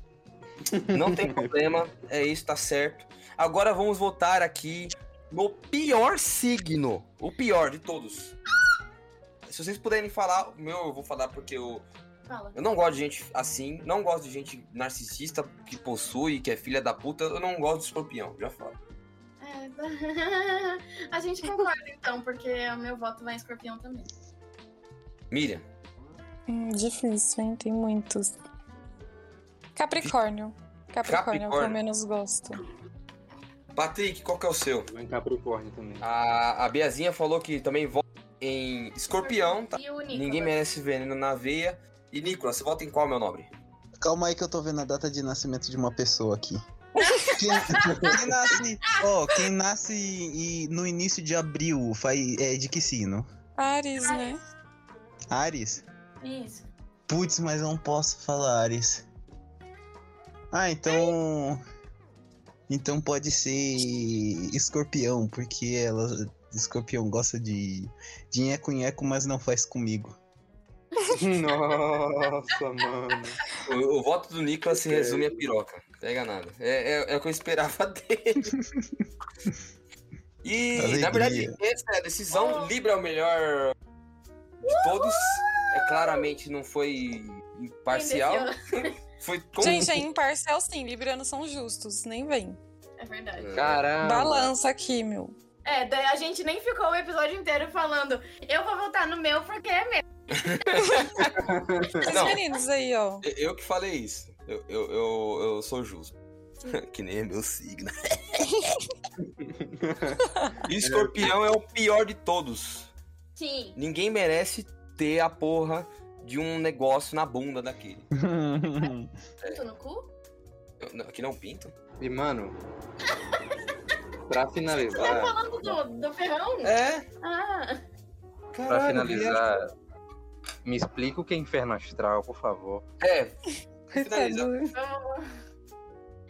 S1: Não tem problema. É isso, tá certo. Agora vamos votar aqui no pior signo. O pior de todos. Se vocês puderem falar, o meu eu vou falar porque eu,
S4: Fala. É.
S1: Eu não gosto de gente assim, não gosto de gente narcisista que possui, que é filha da puta. Eu não gosto de escorpião, já falo.
S4: É, [LAUGHS] a gente concorda então, porque o meu voto vai em escorpião também.
S1: Miriam,
S6: Hum, difícil, hein? Tem muitos. Capricórnio. Capricórnio é o que eu
S1: Capricórnio.
S6: menos gosto.
S1: Patrick, qual que é o seu?
S5: Em Capricórnio também. [LAUGHS]
S1: A, a Beazinha falou que também vota em escorpião, tá?
S4: E o Nicolas.
S1: Ninguém merece veneno na veia. E Nicolas, você vota em qual, meu nobre?
S3: Calma aí que eu tô vendo a data de nascimento de uma pessoa [LAUGHS] aqui. Quem, quem nasce, ó, quem nasce e- no início de abril faz, é de que signo?
S6: Ares, né?
S3: Ares?
S4: Isso.
S3: Putz, mas eu não posso falar Ares. Ah, então. Então pode ser escorpião, porque ela. Escorpião gosta de. de nheco-nheco, mas não faz comigo.
S5: Nossa, mano.
S1: O, o voto do Nicolas se resume a piroca. Pega nada. É, é- é o que eu esperava [LAUGHS] dele. E,
S3: Alegria.
S1: na verdade, essa é a decisão. Libra é o melhor de todos. É, claramente não foi imparcial.
S4: Quem desceu?
S1: [LAUGHS] Foi com...
S6: Gente, é imparcial sim. Librianos são justos, nem vem.
S4: É verdade.
S5: Caramba.
S6: Balança aqui, meu.
S4: É, daí a gente nem ficou o episódio inteiro falando, eu vou votar no meu porque é meu.
S6: Esses
S1: Não.
S6: meninos aí, ó.
S1: Eu- Eu que falei isso. Eu, eu, eu, eu sou justo. [LAUGHS] que nem é
S5: [LAUGHS]
S1: meu signo. E Escorpião é o pior de todos.
S4: Sim.
S1: Ninguém merece ter a porra de um negócio na bunda daquele. É.
S4: Pinto no cu?
S1: Eu- não, Aqui não pinto?
S5: E, mano, pra
S4: Você tá
S5: finalizar,
S4: falando do, do ferrão?
S1: Ah. É.
S4: Ah,
S5: pra finalizar, me explica o que é inferno astral, por favor.
S1: É. Finalizar.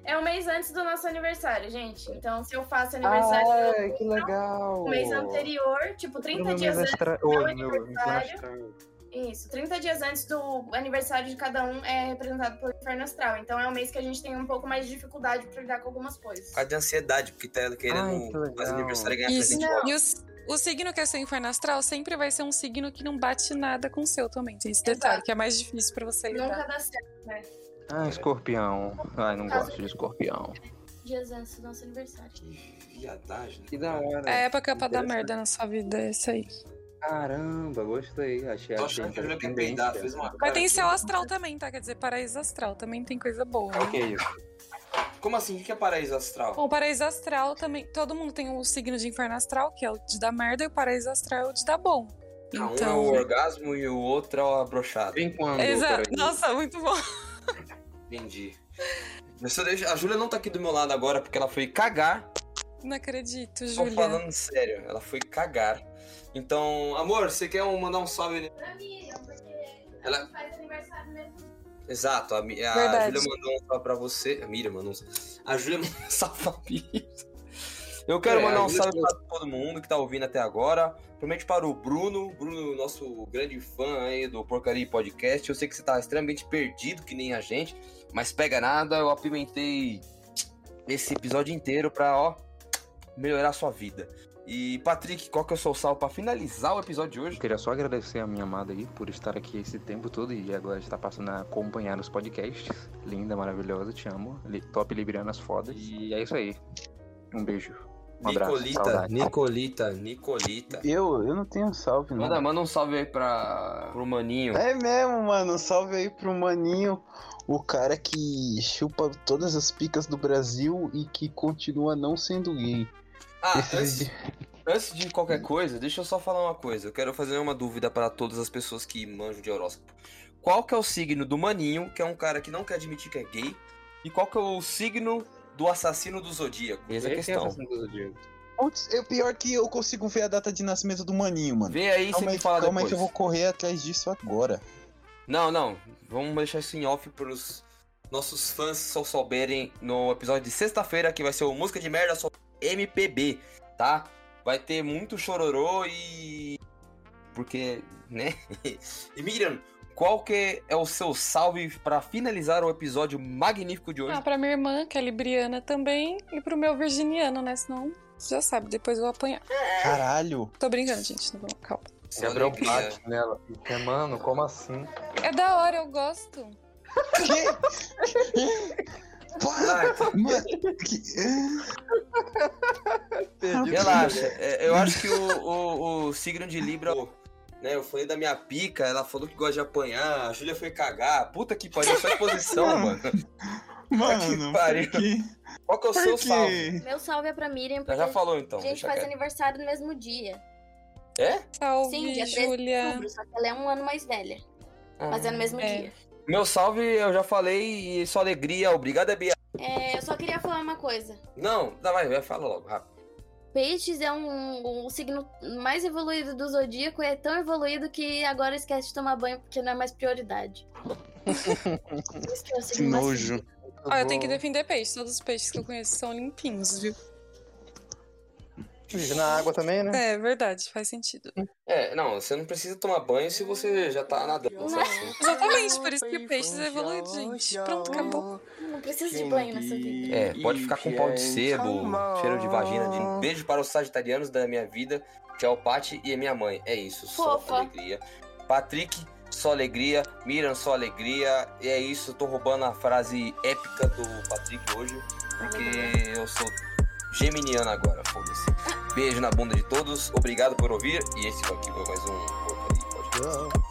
S4: é um mês antes do nosso aniversário, gente. Então, se eu faço aniversário
S5: que legal!
S4: no mês anterior, tipo, 30 dias antes.
S5: Ô,
S4: do
S5: meu,
S4: aniversário.
S5: inferno astral.
S4: Isso, 30 dias antes do aniversário de cada um é representado pelo inferno astral. Então é um mês que a gente tem um pouco mais de dificuldade pra lidar com algumas coisas.
S1: Por causa de ansiedade, porque tá
S5: Ai, que
S1: querendo
S5: legal.
S1: fazer aniversário e ganhar
S6: Isso.
S1: presente logo.
S6: E os, o signo que é seu inferno astral sempre vai ser um signo que não bate nada com o seu também. Tem esse detalhe,
S4: Exato.
S6: que é mais difícil pra você lidar.
S4: Nunca dá certo, né?
S5: Ah, escorpião. Ai, não gosto de escorpião.
S4: Jesus, nosso aniversário.
S1: Que viadagem, né?
S5: Que da hora.
S6: É a época pra dar
S5: Interessante.
S6: merda na sua vida, é isso aí.
S5: Caramba, gostei. Achei
S1: Tô achando que eu já quer peidar, fez uma
S6: Mas
S1: cara
S6: tem
S1: aqui.
S6: céu astral também, tá? Quer dizer, paraíso astral também tem coisa boa. né?
S5: O que é isso?
S1: Como assim? O que que é paraíso astral?
S6: Bom, o paraíso astral também. Todo mundo tem o signo de inferno astral, que é o de dar merda, e o paraíso astral é o de dar bom.
S1: Ah, Um é o
S6: Então.
S1: orgasmo e o outro é o brochado.
S5: Vem quando?
S6: Exato.
S5: peraí.
S6: Nossa, muito bom. [LAUGHS]
S1: Entendi. Mas eu deixo- A Júlia não tá aqui do meu lado agora porque ela foi cagar.
S6: Não acredito,
S1: Tô
S6: Júlia.
S1: falando sério, ela foi cagar. Então, amor, você quer um- mandar um salve? né?
S4: Pra Miriam, porque
S1: Ela-
S4: ela não faz aniversário mesmo.
S1: Exato, a, Mi- a
S6: Verdade.
S1: Júlia mandou um salve pra você. A Miriam mandou um salve. A Júlia [LAUGHS] mandou um salve pra Miriam. Eu quero
S5: É,
S1: mandar
S5: a
S1: um
S5: Júlia
S1: salve pra todo mundo que tá ouvindo até agora. Primeiramente para o Bruno, Bruno, nosso grande fã aí do Porcaria e Podcast. Eu sei que você tá extremamente perdido, que nem a gente, mas pega nada. Eu apimentei esse episódio inteiro pra, ó, melhorar a sua vida. E, Patrick, qual que é o seu salve pra finalizar o episódio de hoje?
S5: Eu queria só agradecer a minha amada aí por estar aqui esse tempo todo e agora está passando a acompanhar os podcasts. Linda, maravilhosa, te amo. Li- Top Librianas fodas. E é isso aí. Um beijo. Um abraço.
S1: Nicolita,
S5: saudade.
S1: Nicolita, Nicolita.
S7: Eu? Eu não tenho salve, não.
S1: Manda, manda um salve aí pra, pro maninho.
S7: É mesmo, mano. Salve aí pro maninho, o cara que chupa todas as picas do Brasil e que continua não sendo gay.
S1: Ah,
S7: Esse
S1: antes,
S7: dia-
S1: antes de qualquer coisa, deixa eu só falar uma coisa. Eu quero fazer uma dúvida para todas as pessoas que manjam de horóscopo. Qual que é o signo do maninho, que é um cara que não quer admitir que é gay? E qual que é o signo do assassino do zodíaco? Essa é a
S5: Esse é o
S1: questão.
S5: assassino do Zodíaco.
S3: Putz, é o pior que eu consigo ver a data de nascimento do maninho, mano.
S1: Vê aí, você
S3: Calma
S1: me
S3: aí,
S1: fala
S3: calma aí
S1: depois.
S3: que eu vou correr atrás disso agora.
S1: Não, não. Vamos deixar isso em off pros nossos fãs só souberem no episódio de sexta-feira, que vai ser o Música de Merda só MPB, tá? Vai ter muito chororô e. Porque, né? [LAUGHS] E Miriam, qual que é o seu salve pra finalizar o episódio magnífico de hoje?
S6: Ah, pra minha irmã, que é libriana também, e pro meu virginiano, né? Senão, já sabe, depois eu vou apanhar.
S7: [LAUGHS]
S3: Caralho.
S6: Tô brincando, gente, não vou, calma.
S5: Gabriel
S1: Olha,
S5: bate nela. E quer, Mano, como assim?
S6: É da hora, eu gosto.
S3: Que?
S1: Vai,
S3: Mano, que...
S1: Relaxa, É, eu acho que o, o- o signo de Libra, o- né? Eu falei da minha pica, ela falou que gosta de apanhar, a Júlia foi cagar. Puta que pariu, só exposição, mano.
S3: Mano,
S1: que pariu.
S3: por que-
S1: Qual que é o
S3: por
S1: seu
S3: que-
S1: salve?
S8: Meu salve é pra Miriam,
S1: Ela
S8: porque
S1: já falou então.
S8: a gente
S1: deixa
S8: faz
S1: quieto.
S8: aniversário no mesmo dia.
S1: É?
S6: Salve,
S8: Sim, dia 13 de
S6: Júlia.
S8: outubro, só que ela é um ano mais velha. Mas é no mesmo
S6: É.
S8: dia.
S1: Meu salve eu já falei e só alegria. Obrigada, Bia.
S8: É, eu só queria falar uma coisa.
S1: Não, tá, vai, vai, fala logo, rápido.
S8: Peixes é um, um signo mais evoluído do zodíaco e é tão evoluído que agora esquece de tomar banho porque não é mais prioridade. Esse que é o
S3: Que
S8: signo mais
S3: nojo.
S6: Ó, Ah, eu tenho que defender peixe. Todos os peixes que eu conheço são limpinhos, viu?
S5: Mijo Na água também, né?
S6: É, verdade, faz sentido.
S1: É, não, você não precisa tomar banho se você já tá nadando. sabe assim?
S6: Exatamente, por isso que o peixe evolui, gente. Pronto, acabou.
S8: Não precisa de banho nessa vida.
S1: É, pode ficar com pau de sebo, cheiro de vagina. De... um Beijo para os sagitarianos da minha vida, que é o Pati e a minha mãe. É isso, só
S8: Fofa.
S1: alegria. Patrick, só alegria. Miriam, só alegria. E é isso, eu tô roubando a frase épica do Patrick hoje, porque eu sou geminiano agora, foda-se. Beijo na bunda de todos, obrigado por ouvir. E esse foi aqui foi mais um Porcaria Podcast.
S7: Tchau.